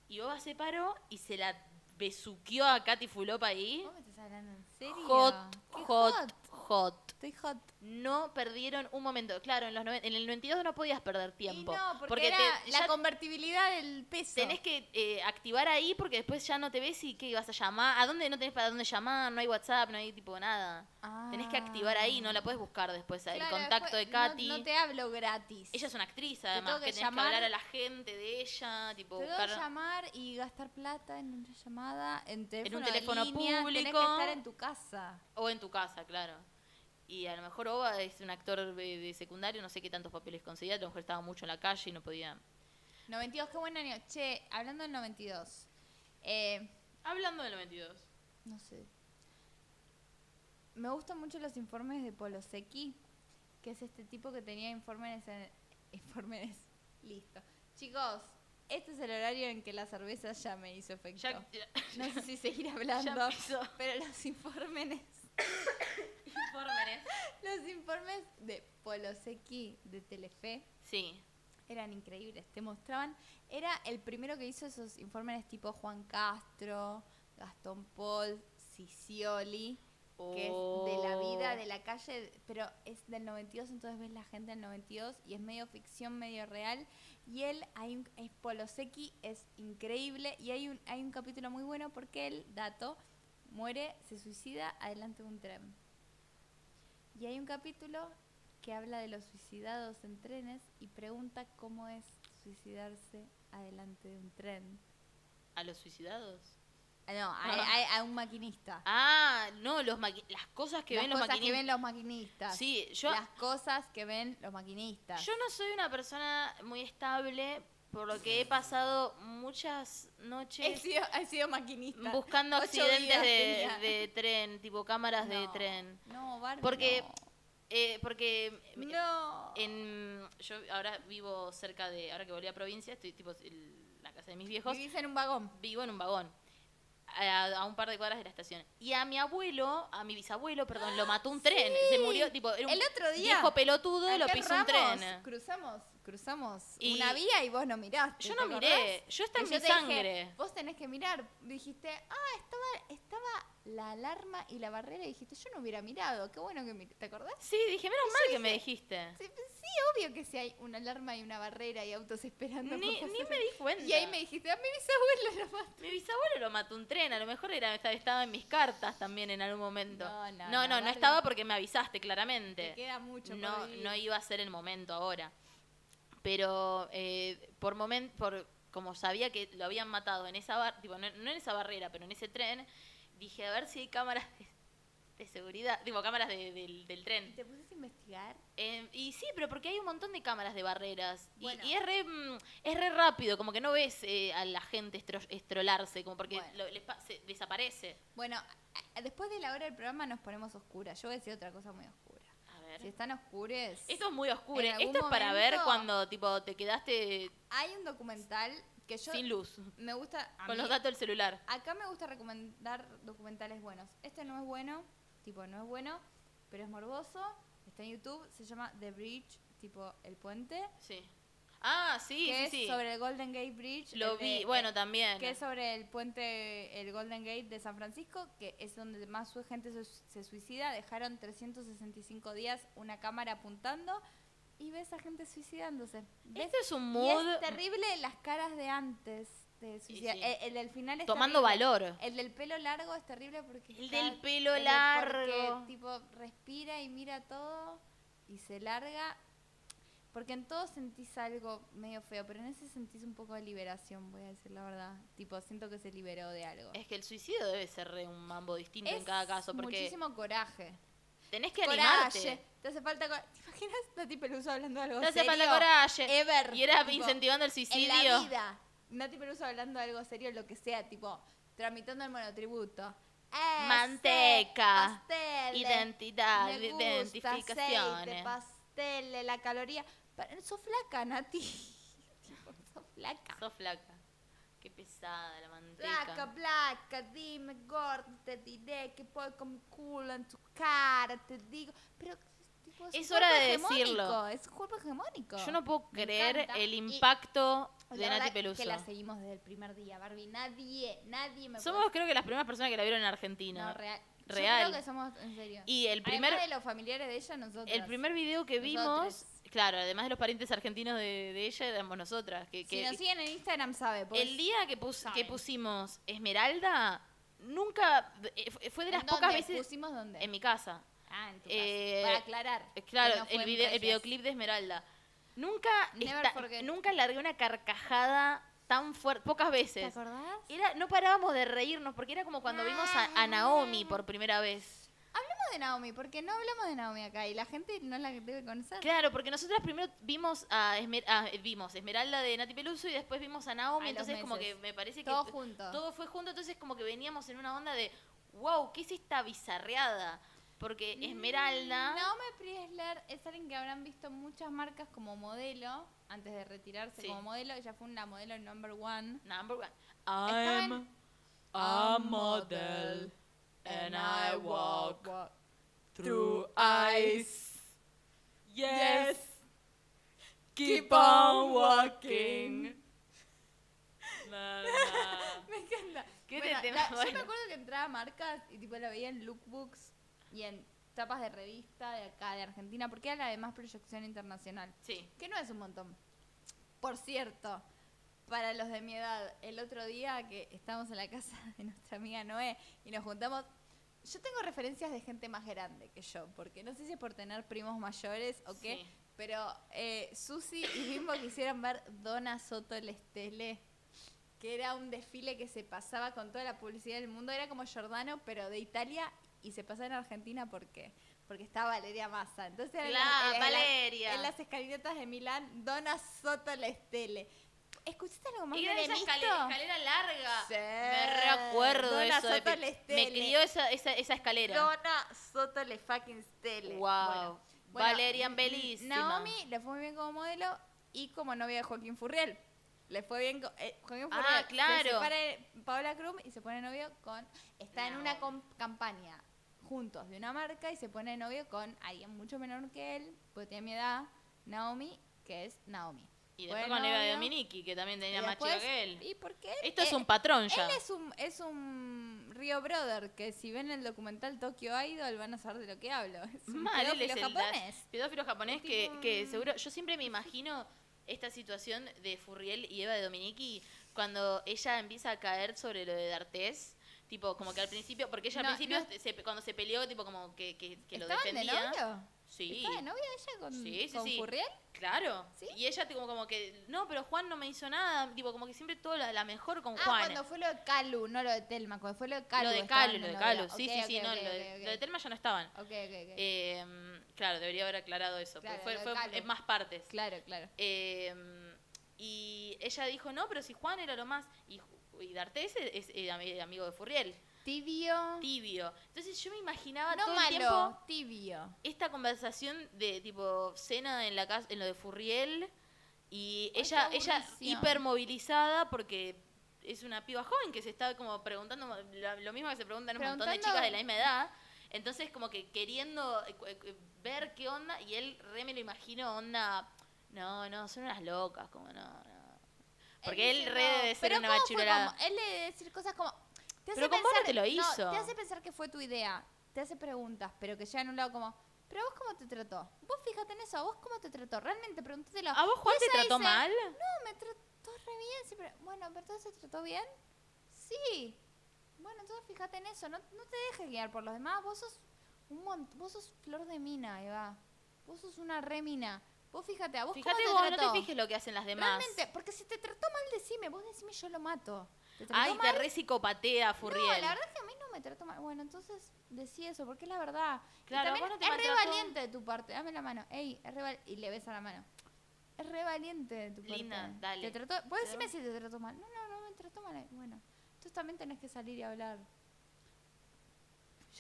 Y Oba se paró y se la besuqueó a Katy Fulop ahí. ¿Cómo me estás hablando en serio? Hot, ¿Qué hot, hot. Estoy hot. No perdieron un momento. Claro, en, los noven- en el 92 no podías perder tiempo. Y no, porque, te- era la ya convertibilidad del peso. Tenés que eh, activar ahí porque después ya no te ves y qué ibas a llamar. ¿A dónde no tenés para dónde llamar? No hay WhatsApp, no hay tipo nada. Tenés que activar ahí, no la puedes buscar después. el Ah. Claro, contacto de después no- Katy. No, te hablo gratis. Ella es una actriz, tengo además, que que tenés llamar. que hablar a la gente de ella, tipo Te tengo buscar. que llamar y gastar plata en una llamada, en, teléfono teléfono de línea, Tenés que público. estar en tu casa. O en tu casa, claro. Y a lo mejor Oba es un actor de, de secundario, no sé qué tantos papeles conseguía, a lo mejor estaba mucho en la calle y no podía. 92, qué buen año. Che, hablando del 92. Eh, Hablando del 92. no sé. Me gustan mucho los informes de Polosecki, que es este tipo que tenía informes en- informes. Listo. Chicos, este es el horario en que la cerveza ya me hizo efecto. Ya, No sé si seguir Ya hablando, empezó. pero los informes, Informes. los informes de Polosecki de Telefe Sí. eran increíbles. Te mostraban, era el primero que hizo esos informes tipo Juan Castro, Gastón Paul, Sicioli, que es de la Oh. vida, de la calle, pero es del 92, entonces ves la gente del 92 y es medio ficción, medio real. Y él, hay un, es Polosecki, es increíble y hay un, hay un capítulo muy bueno porque él, dato, muere, se suicida adelante de un tren. Y hay un capítulo que habla de los suicidados en trenes y pregunta cómo es suicidarse adelante de un tren. Ah, ¿A los suicidados? No, a, a- a un maquinista. Ah, no, los maqui- las cosas que las ven los cosas que maquinistas. ven los maquinistas. Sí, yo, Las cosas que ven los maquinistas. yo no soy una persona muy estable, por lo que he pasado muchas he, noches sido, he sido maquinista. buscando Ocho accidentes vidas de, tenía. de tren, tipo cámaras de No, tren. No, Barbie, Porque, no. eh, porque No. en, yo ahora vivo cerca de, ahora que volví a provincia, estoy tipo en la casa de mis viejos, Vivís en un vagón. vivo en un vagón. A, a un par de cuadras de la estación. Y a mi abuelo, a mi bisabuelo, perdón, lo mató un tren. Se murió, tipo, era un El otro día, viejo pelotudo y lo Acá en pisó un Ramos tren. Cruzamos, cruzamos Y- una vía y vos no miraste. Yo ¿te no miré, yo está en acordás? Y yo mi te dije, sangre. vos tenés que mirar. Dijiste, ah, estaba, estaba la alarma y la barrera. Y dijiste, yo no hubiera mirado. Qué bueno que miré. ¿Te acordás? Sí, dije, menos mal que me dijiste. Sí, pues, sí, obvio que si hay una alarma y una barrera y autos esperando. Ni, por ni pasar. me di cuenta. Y ahí me dijiste, a mi bisabuelo lo mató. Mi bisabuelo lo mató un tren, a lo mejor era, estaba en mis cartas también en algún momento. No, no, no, no, Barbie. estaba porque me avisaste Te claramente. queda mucho por no, vivir. no iba a ser el momento ahora. Pero eh, por momento, por como sabía que lo habían matado en esa bar, tipo, no, no en esa barrera, pero en ese tren, dije a ver si hay cámaras de, de seguridad, digo, cámaras de- del, del ¿Y tren. te pusiste a investigar? Eh, y sí, pero porque hay un montón de cámaras de barreras. Y- Bueno. Y, es, re, mm, es re rápido, como que no ves eh, a la gente estro- estrolarse, como porque Bueno. lo- les pa- se- desaparece. Bueno, a- a- después de la hora del programa nos ponemos oscuras. Yo voy a decir otra cosa muy oscura. A ver. Si están oscures. Esto es muy oscuro. En Esto algún es para ver momento- cuando tipo te quedaste Hay un documental que yo sin luz, me gusta. a con mí- los datos del celular. Acá me gusta recomendar documentales buenos. Este no es bueno, tipo, no es bueno, pero es morboso. Está en YouTube, se llama The Bridge, tipo, el puente. Sí. Ah, sí, que sí, es sí. sobre el Golden Gate Bridge. Lo el de- vi, el- bueno, también. que es sobre el puente, el Golden Gate de San Francisco, que es donde más su- gente se, se suicida. Dejaron 365 días una cámara apuntando y ves a gente suicidándose. ¿Ves? Esto es un Y mood es terrible las caras de antes de suicidar. Eh, sí. El, el del final es tomando terrible. valor. El del pelo largo es terrible porque El está- del pelo el de- largo. porque, tipo respira y mira todo y se larga. Porque en todo sentís algo medio feo, pero en ese sentís un poco de liberación, voy a decir la verdad. Tipo, siento que se liberó de algo. Es que el suicidio debe ser re un mambo distinto en cada caso, porque muchísimo coraje. tenés que Coraje. animarte. Te hace falta coraje. ¿Te imaginas Nati Peluso hablando de algo No hace serio? falta coraje. Ever. Y era tipo, incentivando el En suicidio. la vida. Nati Peluso hablando de algo serio, lo que sea, tipo, tramitando el monotributo. Ese Manteca. Pastel. Identidad, me gusta, aceite, identificaciones. pastel, la caloría. Pero sos flaca, Nati. Tipo, sos flaca. Sos flaca. Qué pesada la manteca. Flaca, flaca, dime, gorda, te diré que puedo con mi culo en tu cara, te digo. Pero, tipo, Es un hora cuerpo de hegemónico, decirlo. Es un cuerpo hegemónico. Yo no puedo Me creer encanta. el Y- impacto La de verdad Nati Peluso. Que la seguimos desde el primer día, Barbie. Nadie, nadie me Somos creo que las primeras personas que la vieron en puede- Argentina. No, real. Yo Real. creo que somos, en serio. y el Además primer de los familiares de ella, nosotros. el primer video que vimos, Nosotras. claro, además de los parientes argentinos de, de ella, éramos nosotras. Que, Si que- nos siguen en Instagram, sabe. porque el día que, pus- que pues, saben. pusimos Esmeralda, nunca eh, fue- fue de las ¿En pocas dónde? veces ¿Pusimos dónde? en mi casa. Ah, en tu eh, casa. Para aclarar. Eh, Claro, que no fue el, en video- el Reyes. videoclip de Esmeralda. Nunca, Never esta- forget. nunca largué una carcajada tan fuerte, pocas ¿Te veces. acordás? Era, no parábamos de reírnos porque era como cuando vimos a, a Naomi por primera vez. Hablamos de Naomi, porque no hablamos de Naomi acá y la gente no la debe conocer. Claro, porque nosotras primero vimos a, Esmer- a- vimos Esmeralda de Nati Peluso y después vimos a Naomi, A los entonces como que meses. me parece que Todo t- junto. todo fue junto, entonces como que veníamos en una onda de, wow, ¿qué es esta bizarreada? Mm, Porque Esmeralda... Naomi Priesler es alguien que habrán visto muchas marcas como modelo, antes de retirarse Sí. como modelo. Ella fue una modelo number one. Number one. Estaba en- I'm a model and I walk through ice. Yes, keep on walking. La, la. Me encanta. ¿Qué Bueno, te- te- la- Yo bueno. me acuerdo que entraba a marcas y tipo la veía en lookbooks y en tapas de revista de acá, de Argentina, porque era la de más proyección internacional. Sí. Que no es un montón. Por cierto, para los de mi edad, el otro día que estábamos en la casa de nuestra amiga Noé y nos juntamos, yo tengo referencias de gente más grande que yo, porque no sé si es por tener primos mayores o qué, Sí. pero eh, Susi y Bimbo quisieron ver Dona Soto el Estele que era un desfile que se pasaba con toda la publicidad del mundo. Era como Giordano, pero de Italia y se pasaba en Argentina ¿por qué? porque está Valeria Massa. Entonces era en la- Claro, en la- en la- Valeria. en las escalinatas de Milán, Donna Soto la estele. ¿Escuchaste algo más Y era esa menemista? escalera, escalera larga. Sí. Me recuerdo Dona eso. de Soto pe- al Estele. me crió esa, esa, esa escalera. Donna Soto le fucking stele. Wow. Bueno, bueno, Valerian Bellissima. Naomi le fue muy bien como modelo y como novia de Joaquín Furriel. Le fue bien con eh, Joaquín Ah, Furriel. claro. Se separa de Paola Krum y se pone novio con. Está en una Naomi. com- campaña juntos de una marca y se pone novio con alguien mucho menor que él, porque tiene mi edad, Naomi, que es Naomi. Y después Bueno, con Eva obvio. Dominiki, que también tenía Y más chica después- que él. ¿Y por qué? Esto es Eh, un patrón ya. él es un, es un Rio Brother, que si ven el documental Tokyo Idol van a saber de lo que hablo. Es un Mal, él pedófilo es el japonés. da- pedófilo japonés Es que, tipo mm. que un- seguro. Yo siempre me imagino esta situación de Furriel y Eva de Dominici cuando ella empieza a caer sobre lo de D'Artés. Tipo, como que al principio. Porque ella No, al principio, no. se- cuando se peleó, tipo, como que, que, que lo ¿Estaban defendía. de novio? Sí. ¿Estaba de novia ella con, Sí, sí, con sí. Furriel? Claro. ¿Sí? Y ella, tipo, como que. No, pero Juan no me hizo nada. Tipo, como que siempre todo la, la mejor con Ah, Juan. cuando fue lo de Calu, no lo de Telma, cuando fue lo de Calu. lo de estaban Calo, lo de novia. Calo. Sí, Ok, sí, ok, sí. no, ok, lo, de, ok, lo de ok. Telma ya no estaban. Ok, ok, ok. Eh, claro, debería haber aclarado eso. Claro, porque lo de fue, fue Calo. en más partes. claro, claro. Eh, y ella dijo, no, pero si Juan era lo más... Y, Ju- y D'Artés es, es, eh, ami- amigo de Furriel, Tibio. tibio. Entonces yo me imaginaba Ah. no todo malo, el tiempo tibio. esta conversación de tipo cena en la casa, en lo de Furriel. Y Ay, ella, qué ella aburrición. hipermovilizada porque es una piba joven que se está como preguntando la- lo mismo que se preguntan un montón de Preguntando- chicas de la misma edad. Entonces como que queriendo eh, cu- eh, cu- ver qué onda y él re me lo imagino onda, no, no, son unas locas, como no, no. Porque él, dice, re no, debe ser pero una ¿cómo fue bachurada. como? Él le debe decir cosas como. Te Pero con vos no te lo hizo. te hace pensar que fue tu idea. Te hace preguntas, pero que llegan a un lado como. Pero vos cómo te trató. Vos fíjate en eso, a vos cómo te trató. Realmente pregúntatelo. ¿A vos Juan Y te ella trató dice, mal? No, me trató re bien. Siempre. Bueno, pero todo se trató bien. Sí. Bueno, entonces fíjate en eso. No, no te dejes guiar por los demás. Vos sos un mont- vos sos flor de mina, Eva. Vos sos una re mina. Vos fíjate, a vos Fíjate cómo vos, te no trató. te fijes lo que hacen las demás. Realmente, porque si te trató mal, decime, vos decime yo lo mato. ¿Te trató Ay, te mal? re psicopatea, No, Furriel. la verdad es que a mí no me trató mal. Bueno, entonces decí eso, porque es la verdad. Y Claro, también vos no te es re maltrató. valiente de tu parte. Dame la mano. Ey, es re val- Y le besa la mano. Es re valiente de tu parte. Linda, dale. Te trató... Vos Te decime doy- si te trató mal. No, no, no me trató mal. Ay, Bueno, entonces también tenés que salir y hablar.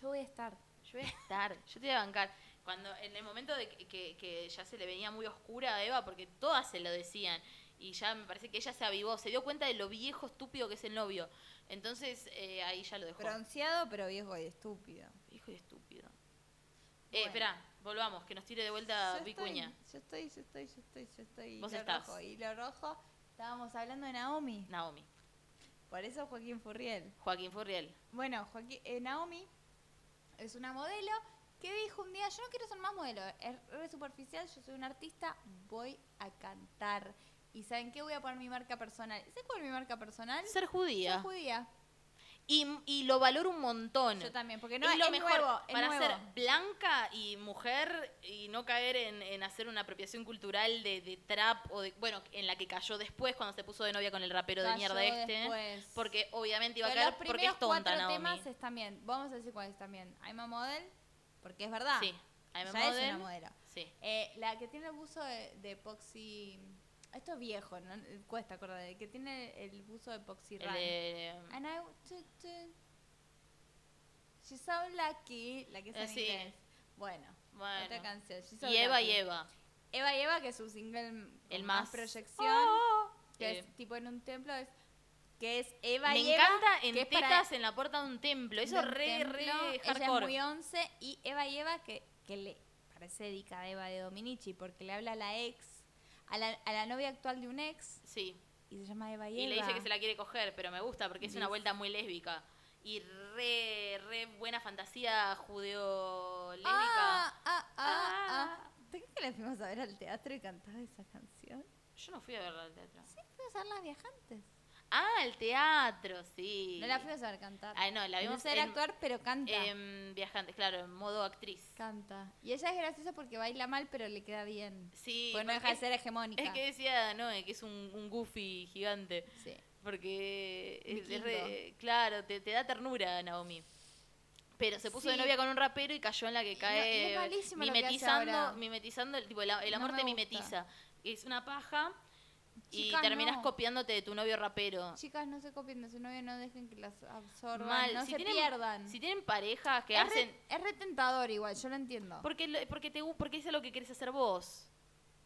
Yo voy a estar. Yo voy a estar, yo te voy a bancar. Cuando, en el momento de que, que- que ya se le venía muy oscura a Eva, porque todas se lo decían, y ya me parece que ella se avivó, se dio cuenta de lo viejo estúpido que es el novio. Entonces eh, ahí ya lo dejó. Bronceado, pero viejo y estúpido. Hijo de estúpido. Eh, Bueno. espera, volvamos, que nos tire de vuelta Vicuña. Yo estoy, yo estoy, yo estoy, yo estoy. Ah, Vos hilo estás. rojo, hilo rojo. Estábamos hablando de Naomi. Naomi, Por eso Joaquín Furriel. Joaquín Furriel. Bueno, Joaquín, eh, Naomi es una modelo que dijo un día, yo no quiero ser más modelo, es re superficial, yo soy un artista, voy a cantar. ¿Y saben qué? Voy a poner mi marca personal. ¿Sabes cuál es mi marca personal? Ser judía. Soy judía. Y, y lo valoro un montón. Yo también, porque no es es, lo es mejor nuevo, es para nuevo. ser blanca y mujer y no caer en, en hacer una apropiación cultural de, de trap o de bueno en la que cayó después cuando se puso de novia con el rapero de Cayó mierda este después. porque obviamente iba a Pero caer los porque primeros es tonta cuatro Naomi temas están bien. Vamos a decir cuáles están bien. I'm a model, porque es verdad. sí I'm a Ya es model. una modelo. sí Eh, la que tiene el buzo de, de epoxi. Esto es viejo, ¿no? cuesta acordar. El que tiene el buzo de epoxi El Run. de- And I. tu- tu- She's so lucky. La que es Eh, en sí. inglés. Bueno, Bueno. otra canción. She's so y Eva lucky. y Eva Eva y Eva, que es su single con El más, más- proyección. que Eh. es tipo en un templo. Es, que es Eva me y Eva. encanta en que es para- tetas en la puerta de un templo eso del re templo, re Ella es hardcore muy once y Eva y Eva que, que le parece dedicada a Eva de Dominici porque le habla a la ex, a la, a la novia actual de un ex sí y se llama Eva y, Y Eva. Ah, le dice que se la quiere coger, pero me gusta porque es una Dice- vuelta muy lésbica. Y re, re buena fantasía judeo-lésbica. ah, ah, ah, Ah. ah. ¿Te crees que la fuimos a ver al teatro y cantaba esa canción? Yo no fui a verla al teatro. Sí, fuimos a ver las viajantes. Ah, al teatro, sí. No la fuimos a ver cantar. Ay, no, la no vimos sé ver en- em, actuar, pero canta. en Viajantes, claro, en modo actriz. canta. Y ella es graciosa porque baila mal, pero le queda bien. Sí, Porque Pues no deja de porque ser hegemónica. es, es que decía Noé que es un, un goofy gigante. Sí. Porque es- es re- Vikingo. claro, te, te da ternura Naomi. Pero se puso de Sí. novia con un rapero y cayó en la que no- cae y es malísimo lo que hace ahora. mimetizando, mimetizando, el- tipo, el, el No amor me te gusta. mimetiza. Es una paja y Chicas, terminas no. copiándote de tu novio rapero. Chicas, no se copien de su novio, no dejen que las absorban, Ah. Mal. no si se tienen, pierdan. Si tienen parejas que es, hacen re, es re tentador igual, yo lo entiendo. Porque, lo- porque, te, gu- porque es lo que querés hacer vos.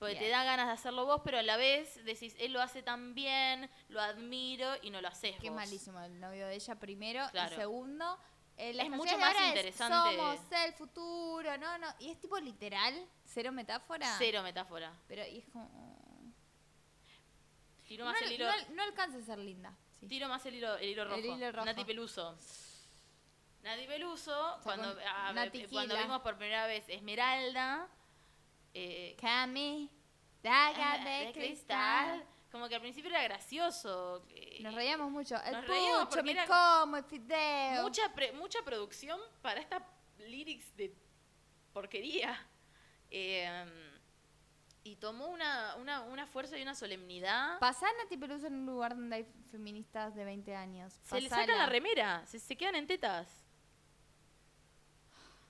Porque te Bien. da ganas de hacerlo vos, pero a la vez decís, él lo hace tan bien, lo admiro y no lo haces Qué vos. malísimo el novio de ella primero Claro. y segundo. eh, las Es canciones mucho de más ahora es, interesante. Somos el futuro, no, no. Y es tipo literal, cero metáfora. Cero metáfora. Pero y es como. mm. Tiro No, más el hilo, no- no alcanza a ser linda. Sí. tiro más el hilo, el hilo rojo. hilo rojo. Nati Peluso. Nati Peluso, cuando, con ah, Nati cuando Kila. vimos por primera vez Esmeralda, eh, Cami, daga ah, de cristal. como que al principio era gracioso. eh, Nos reíamos mucho. El Nos reíamos pucho, porque mi era- como, el fideo. mucha, pre- mucha producción para esta lyrics de porquería. Eh, y tomó una, una, una fuerza y una solemnidad. Pasá a Nati Peluso en un lugar donde hay feministas de 20 años. se le Pasala. saca la remera, se, se quedan en tetas.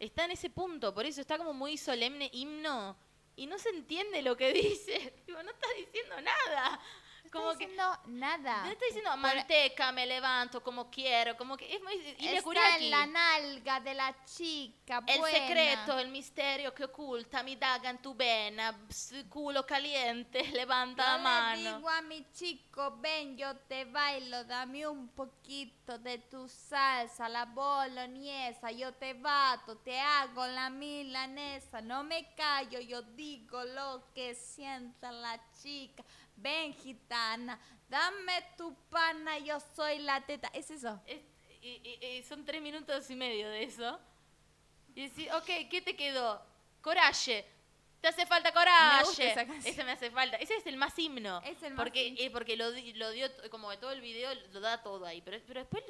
Está en ese punto, por eso está como muy solemne himno. Y no se entiende lo que dice. Digo, no está diciendo nada. No como está diciendo nada. que. No está diciendo manteca, me levanto como quiero, como que. Es muy. Iria Está Kuraki. en la nalga de la chica. El buena. secreto, el misterio que oculta mi daga en tu vena, su culo caliente, levanta la Yo Le mano. digo a mi chico, ven, yo te bailo, dame un poquito de tu salsa, la boloñesa, yo te bato, te hago la milanesa, no me callo, yo digo lo que sienta la chica, ven gitana, dame tu pana, yo soy la teta, es eso. Es- y- y- y son tres minutos y medio de eso. Y decís, ok, ¿qué te quedó? Coraje. Te hace falta Me gusta coraje. esa canción. Ese me hace falta. Ese es el más himno. Es el más porque, himno. eh, porque lo, di- lo dio, t- como de todo el video, lo da todo ahí. Pero, pero después,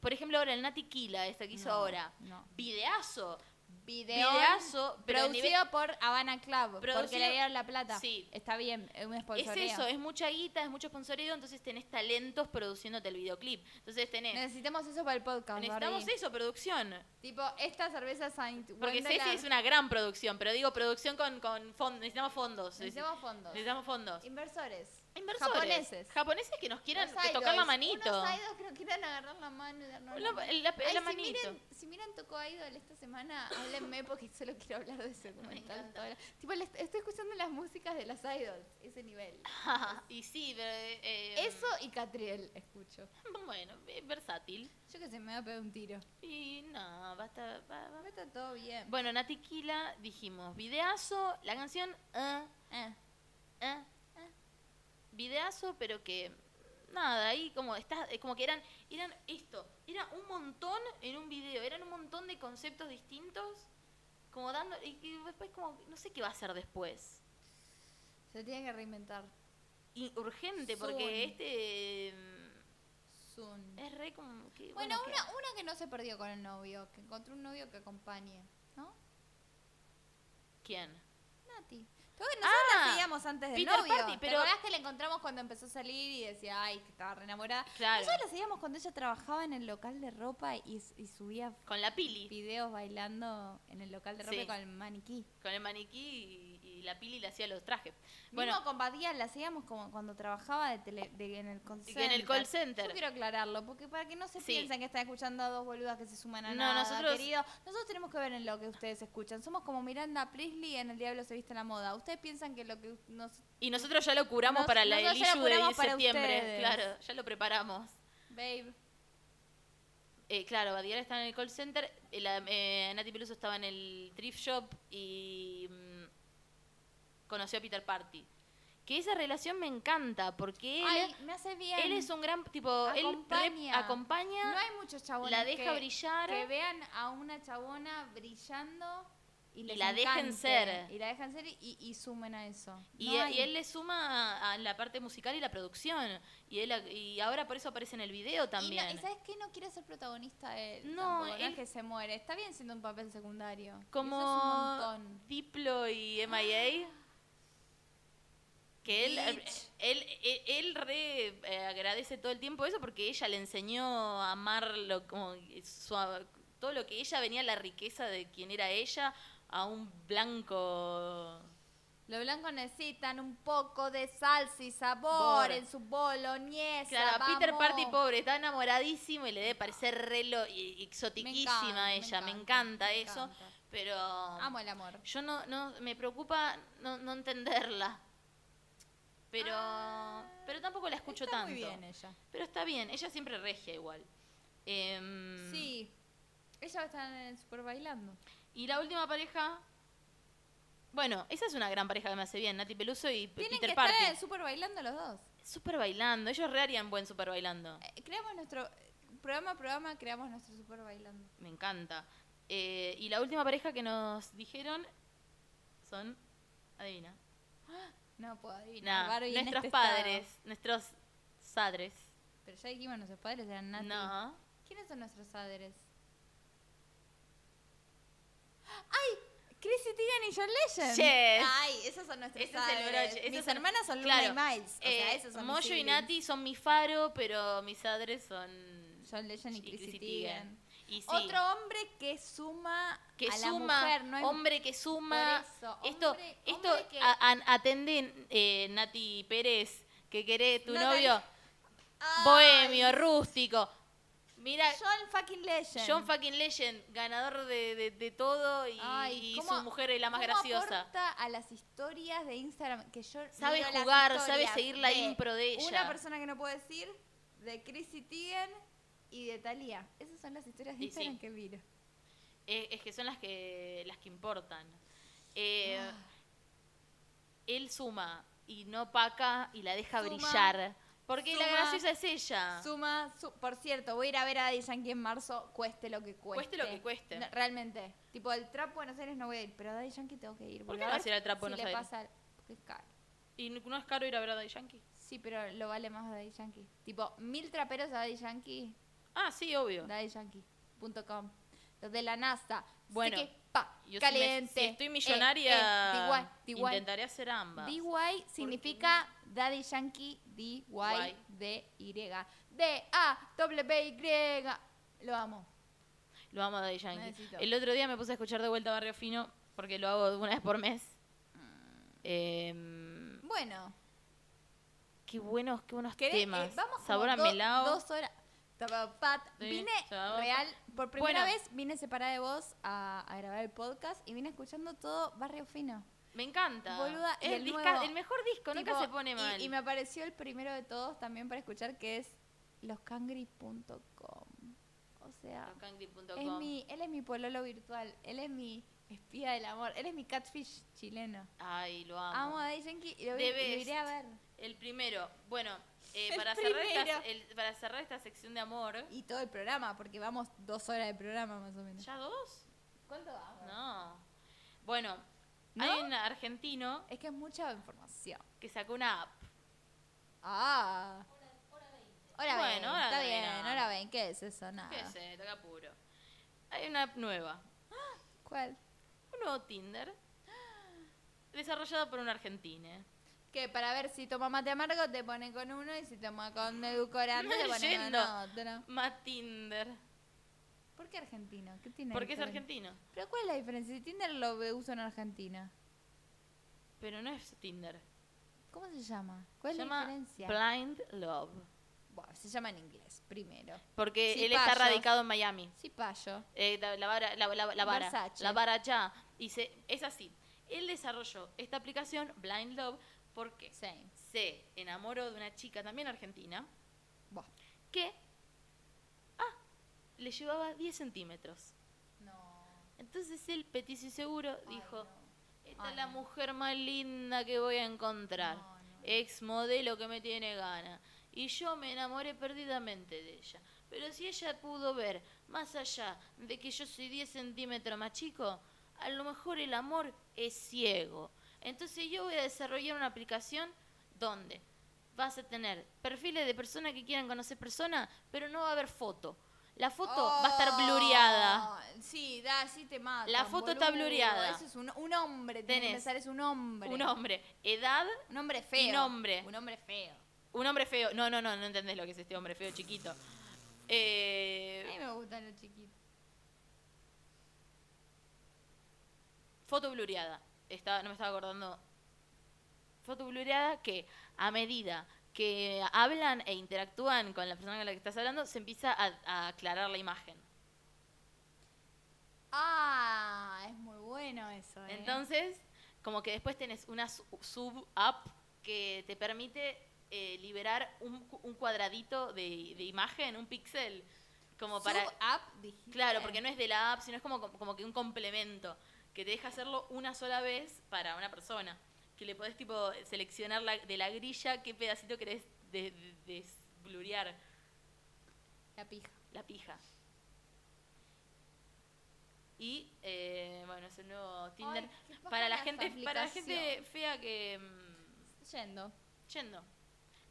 por ejemplo, ahora el Nati Kila, esta que hizo No, ahora. no. Videazo. Video Videazo, pero a producido nivel- por Habana Club, porque Producido- le dieron la plata. Sí. Está bien, es un Es sponsoreo. eso, es mucha guita, es mucho sponsoreo, entonces tenés talentos produciéndote el videoclip. Entonces tenés, Necesitamos eso para el podcast. necesitamos Barbie. eso, producción. Tipo, esta cerveza Saint Porque Wendela, Ceci es una gran producción, pero digo producción con, con fondos, necesitamos fondos. Necesitamos fondos. Necesitamos fondos. Inversores. Inversores. Japoneses. Japoneses que nos quieran Los que tocar la idols. manito. Unos idols que nos quieran agarrar la mano y darnos la, La- mano. la- la Ay, manito. Si miran, si miran Toco Idol esta semana, háblenme porque solo quiero hablar de ese documental. toda la- Tipo, les- estoy escuchando las músicas de las idols, ese nivel. y sí, pero... eh, Eso y Catriel escucho. Bueno, eh, versátil. Yo que se me va a pegar un tiro. Y no, basta... va- va- Me está todo bien. Bueno, Natiquila, dijimos, videazo, la canción... eh, Eh. eh, eh, videazo, pero que nada, ahí como está, eh, como que eran, eran esto, era un montón en un video, eran un montón de conceptos distintos, como dando, y, y después como, no sé qué va a hacer después. Se tiene que reinventar. Y urgente, Soon. porque este mm, Soon. es re como que, Bueno, ¿qué? una, una que no se perdió con el novio, que encontró un novio que acompañe, ¿no? ¿quién? Nati. Todo que nosotros la Ah, seguíamos antes del Peter novio. Party, ¿Te pero- acordás que la encontramos cuando empezó a salir y decía, ay, que estaba re enamorada? Claro. Nosotros la seguíamos cuando ella trabajaba en el local de ropa y, y subía Con la pili, videos bailando en el local de ropa Sí. con el maniquí. con el maniquí y, y la pili le hacía los trajes. Bueno, Bueno, Mismo con Badía la seguíamos como cuando trabajaba de tele- de- en el call Y center. que en el call center. Yo quiero aclararlo, porque para que no se Sí. piensen que están escuchando a dos boludas que se suman a No, nada, nosotros- querido. Nosotros tenemos que ver en lo que ustedes escuchan. Somos como Miranda Priestley en El Diablo se viste en la moda. Ustedes piensan que lo que nos... y nosotros ya lo curamos Nos- para la, el nosotros ya lo issue de curamos para septiembre, ustedes. claro, ya lo preparamos. Babe. Eh, claro, Badiara está en el call center, eh, la- eh, Nati Peluso estaba en el thrift shop y mm, conoció a Peter Party. Que esa relación me encanta porque él, Ay, me hace bien. él es un gran tipo, él Acompaña. re- acompaña, No hay muchos chabones la deja que, brillar. que vean a una chabona brillando y, Y les la dejen encante. ser. Y la dejen ser y, y sumen a eso. y, e, No y hay. él le suma a, a la parte musical y la producción. Y él a- y ahora por eso aparece en el video también. Y, no- ¿y sabes qué? No quiere ser protagonista él. No, No, él- es que se muere. Está bien siendo un papel secundario. Y Como Eso es un montón. Diplo y MIA. Que él, Bitch. él, él, él re eh, agradece todo el tiempo eso porque ella le enseñó a amarlo, como su- todo lo que ella venía, la riqueza de quien era ella, a un blanco. Los blancos necesitan un poco de salsa y sabor Bor. en su boloñesa. Claro, a Peter vamos. Party pobre, está enamoradísimo y le debe parecer re lo- y- exotiquísima encanta, a me ella, me encanta, encanta, me eso, encanta. pero Amo el amor. yo no, no me preocupa no, no entenderla. Pero pero tampoco la escucho Ah, Está tanto. muy bien ella. Pero está bien, ella siempre regia igual. Em, Sí. Ella va a estar en el Super Bailando. Y la última pareja. Bueno, esa es una gran pareja que me hace bien, Nati Peluso y P- Tienen que Peter estar Party. en el Super Bailando los dos. Super bailando, ellos re harían buen super bailando. Eh, Creamos nuestro... Programa a programa creamos nuestro Super Bailando. Me encanta. Eh, y la última pareja que nos dijeron son. Adivina. No puedo adivinar. Nah, Barbie en nuestros este estado. padres, nuestros sadres. Pero ya dijimos, nuestros padres eran Nati. No. ¿Quiénes son nuestros padres? ¡Ay! Chrissy Teigen y John Legend. Yes. Ay, esos son nuestros Ese es el padres. broche, esos mis son- hermanas son Luna claro, y Miles. O sea, Eh, esos son mis Moyo y siblings. Nati son mi faro, pero mis sadres son. John Legend y Chrissy Teigen. Y sí, Otro hombre que suma que a suma, la mujer. No hay- hombre que suma. Por eso, esto, hombre- esto hombre que- a- an- atende eh, Nati Pérez, que querés tu No, novio, Ay, bohemio, rústico. Mira, John fucking Legend. John fucking Legend, ganador de, de- de todo y, Ay, y ¿cómo- su mujer es la más ¿Cómo graciosa. aporta a las historias de Instagram que yo Sabe miro las jugar, historias sabe seguir la de impro de Una ella. persona que no puedo decir, de Chrissy Teigen y de Thalía. Esas son las historias Y de Instagram sí. que miro. Eh, es que son las que, las que importan. Eh, Ah. Él suma y no paca y la deja Suma, brillar. Porque la suma, graciosa es ella. Suma, su- por cierto, voy a ir a ver a Daddy Yankee en marzo, cueste lo que cueste. Cueste lo que cueste. No, realmente. Tipo, el trap Buenos Aires no voy a ir, pero a Daddy Yankee tengo que ir. ¿Por voy qué no ver vas a ir al Trap si Buenos le Aires? pasa- porque es caro. ¿Y no no es caro ir a ver a Daddy Yankee? Sí, pero lo vale más a Daddy Yankee. Tipo, mil traperos a Daddy Yankee. Ah, sí, obvio. DaddyYankee.com. Los de la NASA. Bueno, Así que, pa, Yo si me- caliente. Si, estoy Eh, millonaria, eh, DY, DY. intentaré hacer ambas. DY significa Daddy Yankee DY Y. de Y. D A W Y. Lo amo. Lo amo a Daddy Yankee. Necesito. El otro día me puse a escuchar de vuelta Barrio Fino, porque lo hago una vez por mes. Mm. Em, Bueno, qué buenos, qué buenos ¿querés? Eh, temas. vamos como Sabor a do- melao. Dos horas. Tapa, pat. Sí, vine tapa, real, por primera Bueno. vez vine separada de vos a, a grabar el podcast y vine escuchando todo Barrio Fino. Me encanta. Boluda, y es el, el disca- nuevo- el mejor disco, nunca Tipo, se pone y- mal. Y, me apareció el primero de todos también para escuchar que es loscangri.com. O Ah, sea, Locangri.com. es mi, él es mi pololo virtual, él es mi espía del amor, él es mi catfish chileno. Ay, lo amo. Amo a Daddy Yankee y lo, The vi- lo best. iré a ver. El primero, bueno, eh, El para, cerrar primero. esta, el- para cerrar esta sección de amor. Y todo el programa, porque vamos dos horas de programa más o menos. ¿Ya dos? ¿Cuánto vamos? No. Bueno, ¿No? hay un argentino Es que es mucha información. que sacó una app. Ah. Ahora Bueno, ven, ahora está ven, bien, ah. ahora ven, ¿qué es eso? Nada. ¿Qué sé? Toca puro. Hay una app nueva. ¿Cuál? Un nuevo Tinder. Desarrollado por un argentino. Que para ver si toma mate amargo te pone con uno y si toma con edulcorante te pone con Yendo. otro. Más Tinder. ¿Por qué argentino? ¿Qué tiene? Porque es diferente? argentino. ¿Pero cuál es la diferencia? Si Tinder lo ve- uso en Argentina. Pero no es Tinder. ¿Cómo se llama? ¿Cuál es se llama la diferencia? Blind Love. Buah, se llama en inglés, primero. Porque Sí, él está payos. radicado en Miami. Sí, payo. Eh, la, la vara, la, la- la vara, Versace. la vara ya. Y se- es así. Él desarrolló esta aplicación, Blind Love, porque Sí. se enamoró de una chica también argentina Buah. que ah, le llevaba 10 centímetros. No. Entonces él, petiso y seguro, Ay, dijo, no. esta Ay, es la no. mujer más linda que voy a encontrar. No, no, no. Ex modelo que me tiene gana. Y yo me enamoré perdidamente de ella. Pero si ella pudo ver, más allá de que yo soy 10 centímetros más chico, a lo mejor el amor es ciego. Entonces yo voy a desarrollar una aplicación donde vas a tener perfiles de personas que quieran conocer personas, pero no va a haber foto. La foto va a estar Oh, blureada. Sí, da, sí te mata. La foto está blureada. Eso es un, un hombre, tenés que Tenés pensar, es un hombre. Un hombre. Edad, Un hombre feo. nombre. Un hombre feo. un hombre feo. No, no, no, no entendés lo que es este hombre feo chiquito. A mí Eh, me gustan los chiquitos. foto blureada. Estaba- no me estaba acordando. Foto blureada que a medida que hablan e interactúan con la persona con la que estás hablando, se empieza a, a aclarar la imagen. Ah, es muy bueno eso. ¿eh? Entonces, como que después tenés una sub-app que te permite eh, liberar un, cu- un cuadradito de, de imagen, un píxel, como para... Sub-app, dijiste. Claro, porque no es de la app, sino es como, como que un complemento, que te deja hacerlo una sola vez para una persona, que le podés tipo seleccionar la- de la grilla qué pedacito querés de- de- desblurear, La pija. la pija. Y eh, bueno, es el nuevo Tinder. Ay, qué paja para la las gente, para la gente aplicaciones. fea que mm, Yendo. yendo.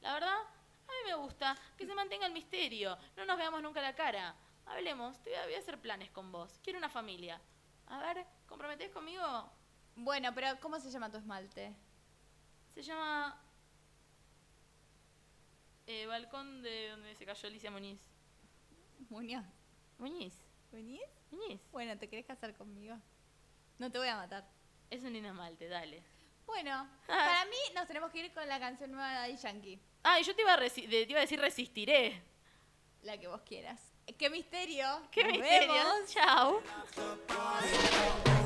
La verdad, a mí me gusta que se mantenga el misterio. No nos veamos nunca la cara. Hablemos, te voy a, voy a hacer planes con vos. Quiero una familia. A ver, ¿comprometés conmigo? Bueno, pero ¿cómo se llama tu esmalte? Se llama eh, Balcón de donde se cayó Alicia Muñiz. Muñoz. Muñiz, ¿Venís? Muñiz. Bueno, ¿te querés casar conmigo? No te voy a matar. Es un lindo malte, dale. Bueno, para mí nos tenemos que ir con la canción nueva de Daddy Yankee. Ah, y yo te iba a, resi- de- te iba a decir resistiré. La que vos quieras. ¡Qué misterio! ¡Qué Nos misterio! vemos. ¡Chao!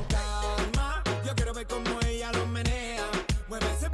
Calma, yo quiero ver cómo ella lo menea. Mueve ese